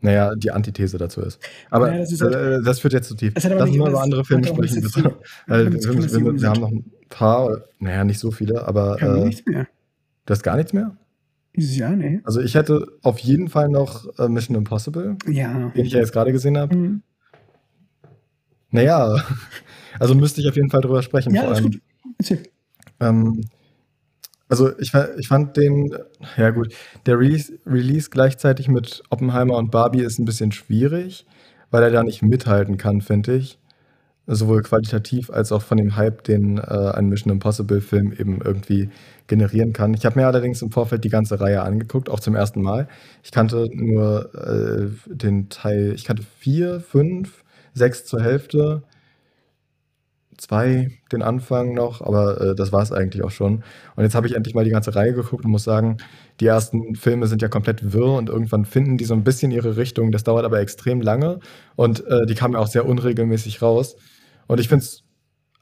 naja, die Antithese dazu ist. Aber Naja, das ist halt- äh, das führt jetzt zu tief. Es hat aber Lass uns nicht- mal über es andere Filme hat auch sprechen, nichts bitte. dazu- Äh, damit zu wir, tun, dass müssen, wir, Juden wir haben sind. noch ein paar, naja, nicht so viele, aber Kann äh, nichts mehr. du hast gar nichts mehr? Dieses Jahr, nee. Also ich hätte auf jeden Fall noch äh, Mission Impossible, Ja. den ich ja jetzt gerade gesehen habe. Hm. Naja, (laughs) also müsste ich auf jeden Fall drüber sprechen. Ja, vor alles allem. gut. Erzähl. Ähm, also ich, fa- ich fand den, ja gut, der Release, Release gleichzeitig mit Oppenheimer und Barbie ist ein bisschen schwierig, weil er da nicht mithalten kann, finde ich. Sowohl qualitativ als auch von dem Hype, den äh, ein Mission Impossible-Film eben irgendwie generieren kann. Ich habe mir allerdings im Vorfeld die ganze Reihe angeguckt, auch zum ersten Mal. Ich kannte nur äh, den Teil, ich kannte vier, fünf, sechs zur Hälfte, zwei den Anfang noch, aber äh, das war es eigentlich auch schon. Und jetzt habe ich endlich mal die ganze Reihe geguckt und muss sagen, die ersten Filme sind ja komplett wirr und irgendwann finden die so ein bisschen ihre Richtung. Das dauert aber extrem lange und äh, die kamen ja auch sehr unregelmäßig raus. Und ich finde es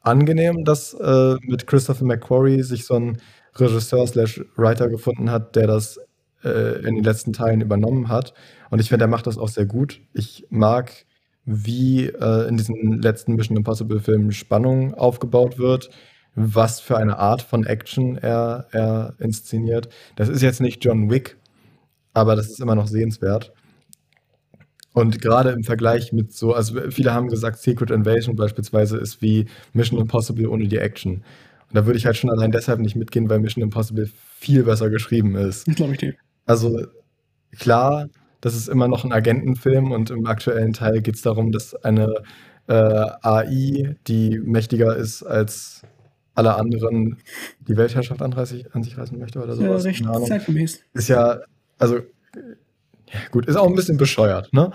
angenehm, dass äh, mit Christopher McQuarrie sich so ein Regisseur slash Writer gefunden hat, der das äh, in den letzten Teilen übernommen hat. Und ich finde, er macht das auch sehr gut. Ich mag, wie äh, in diesen letzten Mission Impossible-Filmen Spannung aufgebaut wird, was für eine Art von Action er, er inszeniert. Das ist jetzt nicht John Wick, aber das ist immer noch sehenswert. Und gerade im Vergleich mit so, also viele haben gesagt, Secret Invasion beispielsweise ist wie Mission Impossible ohne die Action. Und da würde ich halt schon allein deshalb nicht mitgehen, weil Mission Impossible viel besser geschrieben ist. Das glaube ich dir. Also klar, das ist immer noch ein Agentenfilm und im aktuellen Teil geht es darum, dass eine äh, AI, die mächtiger ist als alle anderen, die Weltherrschaft an, an sich reißen möchte oder sowas. Ja, recht zeitgemäß. Ist ja, also ja, gut, ist auch ein bisschen bescheuert, ne?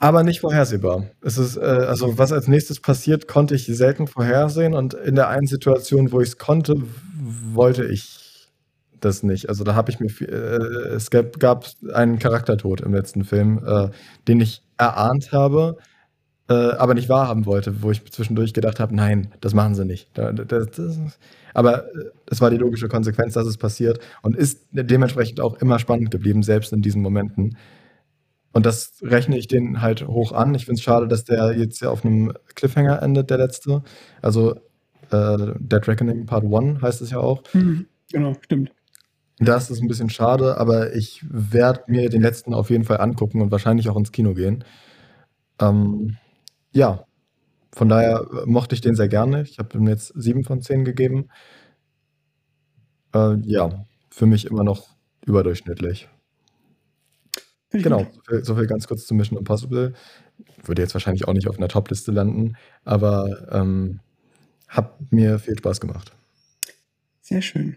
Aber nicht vorhersehbar. Es ist, äh, also was als nächstes passiert, konnte ich selten vorhersehen und in der einen Situation, wo ich es konnte, wollte ich das nicht. Also da habe ich mir, viel, äh, es gab, gab, einen Charaktertod im letzten Film, äh, den ich erahnt habe, äh, aber nicht wahrhaben wollte, wo ich zwischendurch gedacht habe, nein, das machen sie nicht. Das, das, das, aber äh, es war die logische Konsequenz, dass es passiert und ist dementsprechend auch immer spannend geblieben, selbst in diesen Momenten. Und das rechne ich denen halt hoch an. Ich finde es schade, dass der jetzt ja auf einem Cliffhanger endet, der letzte. Also äh, Dead Reckoning Part 1 heißt es ja auch. Mhm, genau, stimmt. Das ist ein bisschen schade, aber ich werde mir den letzten auf jeden Fall angucken und wahrscheinlich auch ins Kino gehen. Ähm, ja, von daher mochte ich den sehr gerne. Ich habe ihm jetzt sieben von zehn gegeben. Äh, ja, für mich immer noch überdurchschnittlich. Ich genau, so viel, so viel, ganz kurz zu Mission Impossible. Würde jetzt wahrscheinlich auch nicht auf einer Top-Liste landen, aber ähm, hat mir viel Spaß gemacht. Sehr schön.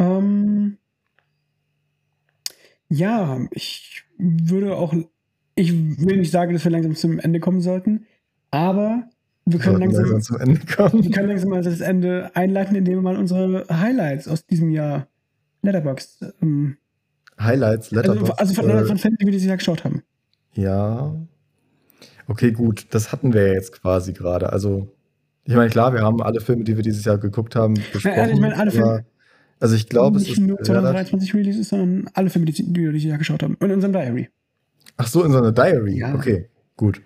Ähm, ja, ich würde auch ich will nicht sagen, dass wir langsam zum Ende kommen sollten, aber wir können sollten langsam, langsam zum Ende kommen. Wir können langsam mal das Ende einleiten, indem wir mal unsere Highlights aus diesem Jahr Letterboxd. Ähm, Highlights, Letterboxd. Also, von, äh, von Filmen, die wir dieses Jahr geschaut haben. Ja. Okay, gut, das hatten wir ja jetzt quasi gerade. Also, ich meine, klar, wir haben alle Filme, die wir dieses Jahr geguckt haben, besprochen. Ja, ich meine, alle Filme. Also, ich glaube, es ist. Nicht nur 2023 Releases, sondern alle Filme, die wir dieses Jahr geschaut haben. Und unserem Diary. Ach so, in so einer Diary. Ja. Okay, gut.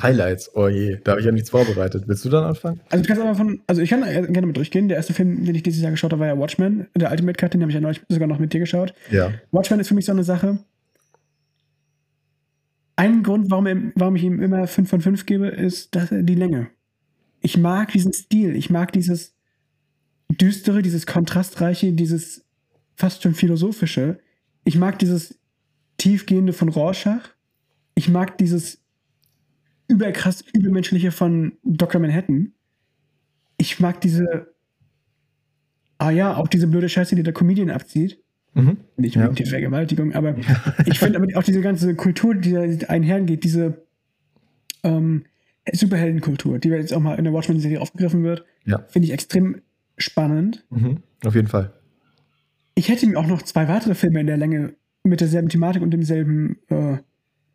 Highlights, oh je, da habe ich ja nichts vorbereitet. Willst du dann anfangen? Also, du kannst aber von, also ich kann gerne mal durchgehen. Der erste Film, den ich dieses Jahr geschaut habe, war ja Watchmen. Der Ultimate Cut, den habe ich ja neulich sogar noch mit dir geschaut. Ja. Watchmen ist für mich so eine Sache. Ein Grund, warum, warum ich ihm immer 5 von 5 gebe, ist dass, die Länge. Ich mag diesen Stil. Ich mag dieses Düstere, dieses Kontrastreiche, dieses fast schon Philosophische. Ich mag dieses tiefgehende von Rorschach. Ich mag dieses überkrass übermenschliche von Dr. Manhattan. Ich mag diese, ah ja, auch diese blöde Scheiße, die der Comedian abzieht. Mhm. Nicht unbedingt ja. die (laughs) Vergewaltigung, aber ich finde aber auch diese ganze Kultur, die da einhergeht, diese ähm, Superheldenkultur, die jetzt auch mal in der Watchmen-Serie aufgegriffen wird, ja. finde ich extrem spannend. Mhm. Auf jeden Fall. Ich hätte ihm auch noch zwei weitere Filme in der Länge mit derselben Thematik und demselben, äh,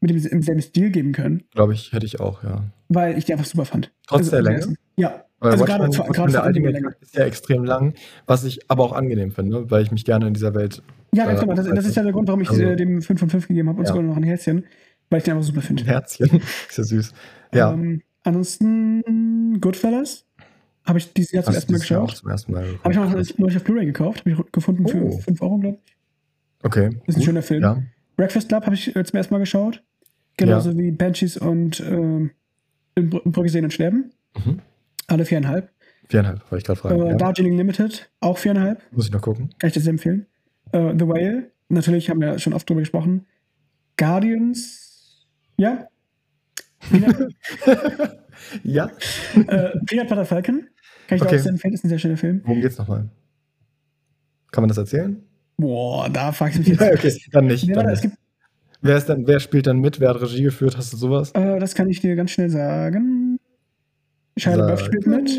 mit dem, demselben Stil geben können. Glaube ich, hätte ich auch, ja. Weil ich die einfach super fand. Trotz also, der Länge? Ja. Weil also Watchmen, gerade, Watchmen gerade der Länge. ist ja extrem lang, was ich aber auch angenehm finde, ne, weil ich mich gerne in dieser Welt. Ja, ganz äh, genau. Das, das, ist ja der Grund, warum ich also, dem 5 von 5 gegeben habe und ja. sogar noch ein Herzchen, weil ich den einfach super finde. Ein Herzchen? (laughs) ist ja süß. Ja. Ähm, ansonsten Goodfellas. Habe ich dieses Jahr zum ersten Mal Also geschaut. Zum ersten Mal habe ich noch neulich auf Blu-ray gekauft. Habe ich gefunden für oh. 5 Euro, glaube ich. Okay. Ist ein gut, schöner Film. Ja. Breakfast Club habe ich äh, zum ersten Mal geschaut. Genauso ja. wie Banshees und äh, Brücke sehen und sterben. Mhm. Alle viereinhalb. Viereinhalb, wollte ich gerade fragen. Äh, ja. Darjeeling Limited, auch viereinhalb. Muss ich noch gucken. Kann ich das empfehlen. Äh, The Whale, natürlich haben wir schon oft drüber gesprochen. Guardians, ja. ja. (laughs) äh, Peanut Butter Falcon, kann ich okay. auch sehr empfehlen, ist ein sehr schöner Film. Worum geht's nochmal? Kann man das erzählen? (laughs) Boah, da frag ich mich jetzt. Ja, okay, dann nicht. Ja, dann nicht. wer, ist dann, wer spielt dann mit? Wer hat Regie geführt? Hast du sowas? Äh, das kann ich dir ganz schnell sagen. Shia LaBeouf spielt mit.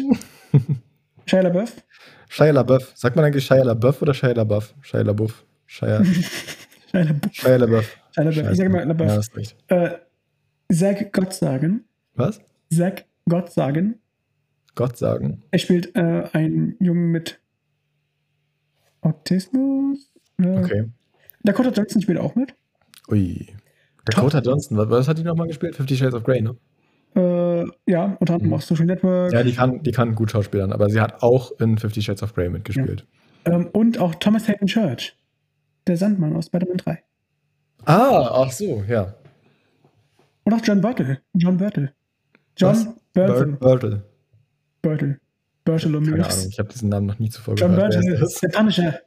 Shia LaBeouf. (laughs) Shia LaBeouf. Sagt man eigentlich Shia LaBeouf oder Shia LaBeouf? Shia LaBeouf. (laughs) Shia, Shia LaBeouf. Shia (laughs) LaBeouf. Shia LaBeouf. Ich sage mal LaBeouf. Ja, ist recht. Äh, Zach Äh, Gottsagen. Was? Zach Gott sagen. Gott sagen. Er spielt äh, einen Jungen mit Autismus. Oder? Okay. Dakota Johnson spielt auch mit. Ui. Dakota Johnson, was, was hat die nochmal gespielt? Fifty Shades of Grey, ne? Äh, ja, unter anderem Mhm. auch Social Network. Ja, die kann, die kann gut schauspielern, aber sie hat auch in Fifty Shades of Grey mitgespielt. Ähm, und auch Thomas Hayden Church, der Sandmann aus Spider-Man 3. Ah, ach so, ja. Und auch John Burtle. John Burtle. John Burtle. Bur- Burtle. Burtle. Burtle Keine Ahnung, O'Mears. ich habe diesen Namen noch nie zuvor John gehört. Wer Burtle, ist das? der Punisher.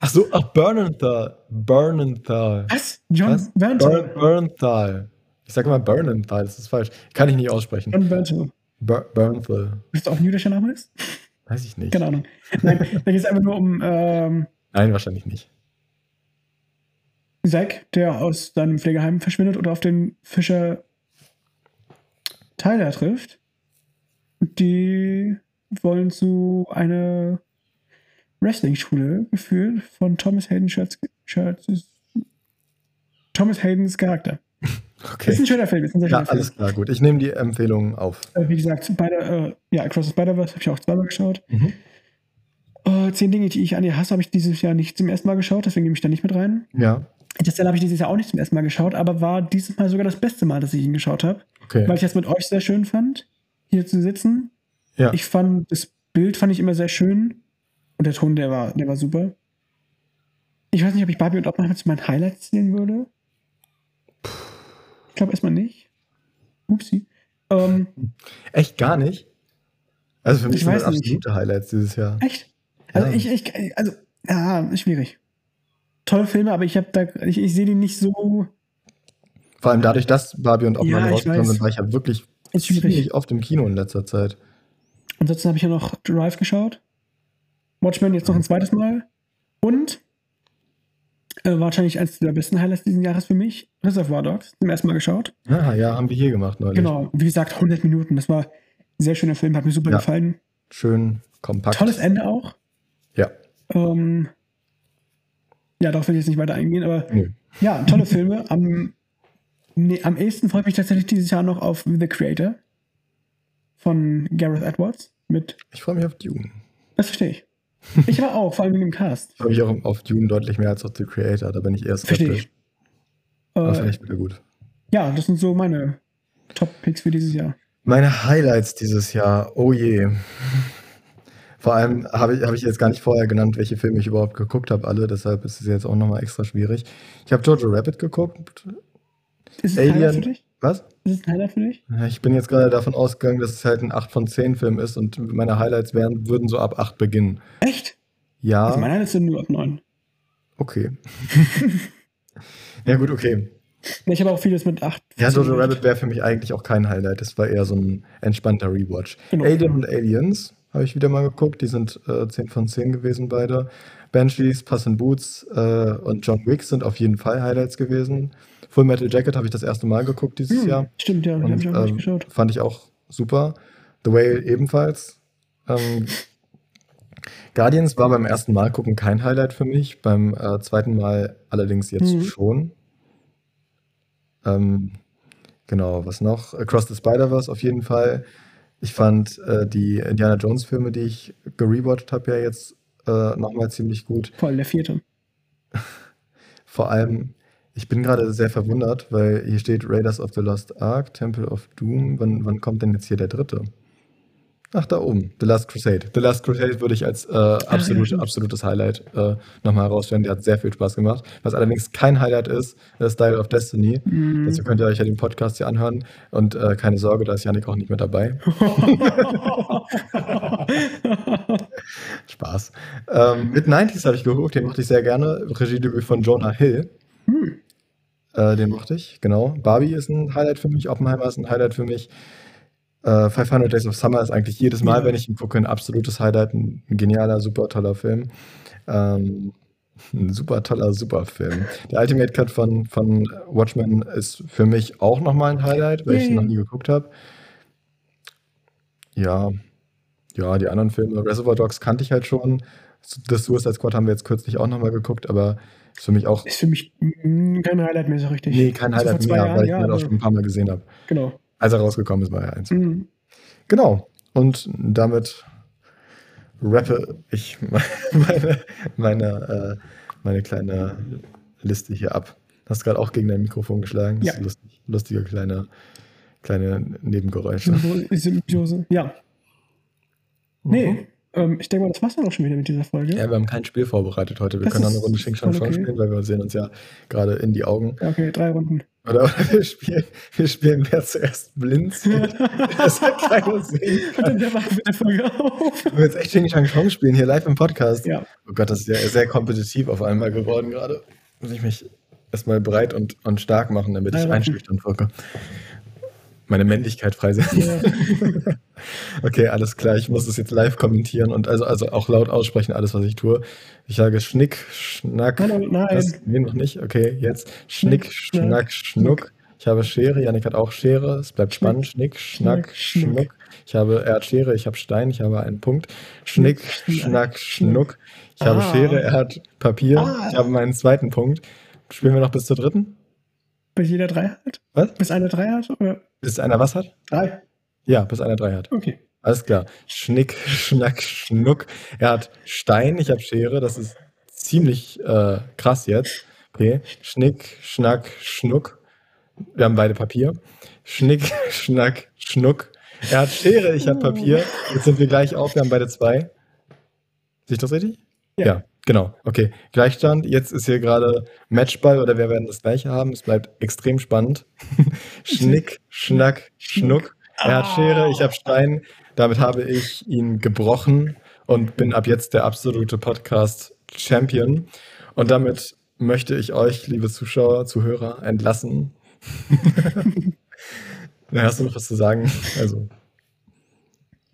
Ach so, ach, Burnenthal. Burnenthal. Was? John Was? Burtle. Burn, Burnenthal. Ich sage immer Burnenthal, das ist falsch. Kann ich nicht aussprechen. John Burtle. Bur Burnenthal. Bist du auch ein jüdischer Name ist? Weiß ich nicht. Keine Ahnung. Nein, da geht es einfach nur um ähm, Nein, wahrscheinlich nicht. Zack, der aus seinem Pflegeheim verschwindet oder auf den Fischer Tyler trifft. Und die wollen zu einer Wrestling-Schule geführt von Thomas Hayden Shirts, Shirts Thomas Haydens Charakter. Ist Okay. ein schöner Film, ist ein sehr Ja, also schöner alles klar, gut. Ich nehme die Empfehlungen auf. Film. Äh, Wie gesagt, beide, äh, ja, Across the Spider-Verse habe ich auch zweimal geschaut. Mhm. Äh, zehn Dinge, die ich an ihr hasse, habe ich dieses Jahr nicht zum ersten Mal geschaut, deswegen nehme ich da nicht mit rein. Ja, Interstellar habe ich dieses Jahr auch nicht zum ersten Mal geschaut, aber war dieses Mal sogar das beste Mal, dass ich ihn geschaut habe, weil okay. ich das mit euch sehr schön fand, hier zu sitzen. Ja. Ich fand, das Bild fand ich immer sehr schön und der Ton, der war, der war super. Ich weiß nicht, ob ich Barbie und Oppenheimer zu meinen Highlights zählen würde. Ich glaube erstmal nicht. Upsi. Ähm, Echt gar nicht? Also für mich Ich sind das weiß nicht. absolute Highlights dieses Jahr. echt? Also Ja. ich, ich, also, ja, schwierig. Tolle Filme, aber ich habe da, ich, ich sehe die nicht so. Vor allem dadurch, dass Barbie und Oppenheimer Ja, ich rausgekommen weiß. sind, war ich ja wirklich Ist schwierig. ziemlich oft im Kino in letzter Zeit. Ansonsten habe ich ja noch Drive geschaut. Watchmen jetzt noch ein zweites Mal. Und äh, wahrscheinlich eines der besten Highlights dieses Jahres für mich, Reservoir Dogs, zum ersten Mal geschaut. Ah, ja, haben wir hier gemacht neulich. Genau, wie gesagt, 100 Minuten. Das war ein sehr schöner Film, hat mir super Ja. gefallen. Schön kompakt. Tolles Ende auch. Ja. Ähm, ja, darauf will ich jetzt nicht weiter eingehen, aber Nö. ja, tolle Filme. Am, nee, am ehesten freue ich mich tatsächlich dieses Jahr noch auf The Creator von Gareth Edwards mit, Ich freue mich auf Dune. das (laughs) verstehe ich. Ich war auch, vor allem wegen dem Cast. Ich freue mich auch auf Dune deutlich mehr als auf The Creator. Da bin ich eher skeptisch. Verstehe ich. Aber Äh, vielleicht wieder gut. ja, das sind so meine Top-Picks für dieses Jahr. Meine Highlights dieses Jahr. Oh je. (laughs) Vor allem habe ich, habe ich jetzt gar nicht vorher genannt, welche Filme ich überhaupt geguckt habe, alle. Deshalb ist es jetzt auch nochmal extra schwierig. Ich habe Jojo Rabbit geguckt. Ist es ein Highlight Alien. für dich? Was? Ist es ein Highlight für dich? Ja, Ich bin jetzt gerade davon ausgegangen, dass es halt ein 8 von 10 Film ist und meine Highlights wären, würden so ab 8 beginnen. Echt? Ja. Also meine Highlights sind nur ab 9. (laughs) Okay. ja, gut, okay. Nee, Ich habe auch vieles mit 8. Ja, Jojo Rabbit wäre für mich eigentlich auch kein Highlight. Das war eher so ein entspannter Rewatch. Genau. Alien und Aliens habe ich wieder mal geguckt. Die sind äh, 10 von 10 gewesen, beide. Banshees, Puss in Boots äh, und John Wick sind auf jeden Fall Highlights gewesen. Full Metal Jacket habe ich das erste Mal geguckt dieses Hm, Jahr. Stimmt, ja, den habe Und, ich auch nicht ähm, geschaut. Fand ich auch super. The Whale ebenfalls. Ähm, Guardians war beim ersten Mal gucken kein Highlight für mich, beim äh, zweiten Mal allerdings jetzt Mhm. schon. Ähm, genau, was noch? Across the Spider-Verse auf jeden Fall. Ich fand äh, die Indiana Jones-Filme, die ich gerewatcht habe, ja jetzt äh, nochmal ziemlich gut. Vor allem der vierte. Vor allem, ich bin gerade sehr verwundert, weil hier steht Raiders of the Lost Ark, Temple of Doom. Wann, wann kommt denn jetzt hier der dritte? Ach, da oben. The Last Crusade. The Last Crusade würde ich als äh, absolut, stimmt. absolutes Highlight äh, nochmal herausstellen. Der hat sehr viel Spaß gemacht. Was allerdings kein Highlight ist, ist Dial of Destiny. Mhm. Dazu könnt ihr euch ja den Podcast hier anhören. Und äh, keine Sorge, da ist Janik auch nicht mehr dabei. (laughs) (laughs) Spaß. Ähm, mit 90s habe ich geguckt, den mochte ich sehr gerne. Regiedebüt von Jonah Hill. Hm. Äh, den mochte ich, genau. Barbie ist ein Highlight für mich, Oppenheimer ist ein Highlight für mich. Äh, 500 Days of Summer ist eigentlich jedes Mal, Ja. wenn ich ihn gucke, ein absolutes Highlight, ein genialer, super toller Film. Ähm, ein super toller, super Film. Der Ultimate Cut von, von Watchmen ist für mich auch nochmal ein Highlight, weil ich ihn Yay. noch nie geguckt habe. Ja, ja, die anderen Filme. Reservoir Dogs kannte ich halt schon. The Suicide Squad haben wir jetzt kürzlich auch nochmal geguckt, aber ist für mich auch Ist für mich mm, kein Highlight mehr so richtig. Nee, kein Also Highlight vor zwei mehr, Jahren, weil ich ja, ihn halt auch aber- schon ein paar Mal gesehen habe. Genau. Als er rausgekommen ist, war er eins. Mhm. Genau. Und damit rappe ich (laughs) meine, meine, äh, meine kleine Liste hier ab. Hast gerade auch gegen dein Mikrofon geschlagen. Das Ja. ist lustig, lustige kleine, kleine Nebengeräusche. Symbiose. Symbiose. Ja. Nee, ähm, ich denke mal, das war's dann auch schon wieder mit dieser Folge. Mhm. Ja, wir haben kein Spiel vorbereitet heute. Wir Das können noch ist eine Runde Xing Shang voll Shang okay. spielen, weil wir sehen uns ja gerade in die Augen. Ja, Okay, drei Runden. Oder, oder wir, spielen, wir spielen, wer zuerst (laughs) blind sieht. (laughs) das hat keiner sehen Und kann. dann der macht mit der Folge auf. Wenn wir jetzt echt Xing Shang Shang spielen, hier live im Podcast. Ja. Oh Gott, das ist ja sehr kompetitiv auf einmal geworden gerade. Muss ich mich erstmal breit und, und stark machen, damit ich Heiraten. einschüchtern wirke. Meine Männlichkeit freisetzen. Ja. Okay, alles klar. Ich muss es jetzt live kommentieren und also, also auch laut aussprechen, alles, was ich tue. Ich sage Schnick, Schnack. Hallo, nein. Das, nee, noch nicht. Okay, jetzt Schnick, Schnack, Schnack, Schnuck. Ich habe Schere, Janik hat auch Schere. Es bleibt spannend. Schnick, Schnack, Schnack, Schnuck. Schnuck. Ich habe, er hat Schere, ich habe Stein, ich habe einen Punkt. Schnick, Schnack, Schnuck. Ich habe Ah. Schere, er hat Papier. Ah. Ich habe meinen zweiten Punkt. Spielen wir noch bis zur dritten? Bis jeder drei hat? Was? Bis einer drei hat? Oder Bis einer was hat? drei? Ja, bis einer drei hat. Okay. Alles klar. Schnick, Schnack, Schnuck. Er hat Stein, ich habe Schere. Das ist ziemlich äh, krass jetzt. Okay. Schnick, Schnack, Schnuck. Wir haben beide Papier. Schnick, (laughs) Schnack, Schnuck. Er hat Schere, ich habe Papier. Jetzt sind wir gleich auf. Wir haben beide zwei. Sehe ich das richtig? Ja. genau. Okay. Gleichstand. Jetzt ist hier gerade Matchball oder wir werden das gleiche haben. Es bleibt extrem spannend. (laughs) Schnick, Schnack, Schnuck. Er hat Schere, ich habe Stein. Damit habe ich ihn gebrochen und bin ab jetzt der absolute Podcast-Champion. Und damit möchte ich euch, liebe Zuschauer, Zuhörer, (laughs) entlassen. Na, hast du noch was zu sagen? Also,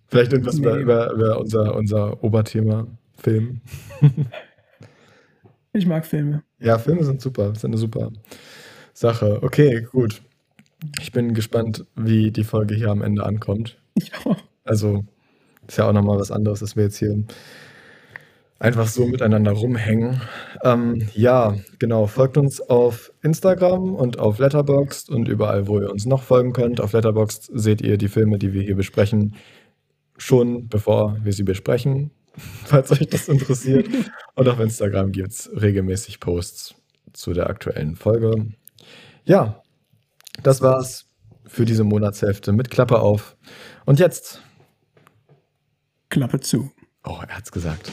vielleicht irgendwas über, Nee. über, über unser, unser Oberthema Film. Ich mag Filme. Ja, Filme sind super, sind eine super Sache. Okay, gut. Ich bin gespannt, wie die Folge hier am Ende ankommt. Ich (laughs) auch. Also ist ja auch nochmal was anderes, dass wir jetzt hier einfach so miteinander rumhängen. Ähm, ja, genau. Folgt uns auf Instagram und auf Letterboxd und überall, wo ihr uns noch folgen könnt. Auf Letterboxd seht ihr die Filme, die wir hier besprechen, schon bevor wir sie besprechen, (laughs) falls euch das interessiert. Und auf Instagram gibt es regelmäßig Posts zu der aktuellen Folge. Ja, das war's für diese Monatshälfte mit Klappe auf. Und jetzt Klappe zu. Oh, er hat's gesagt.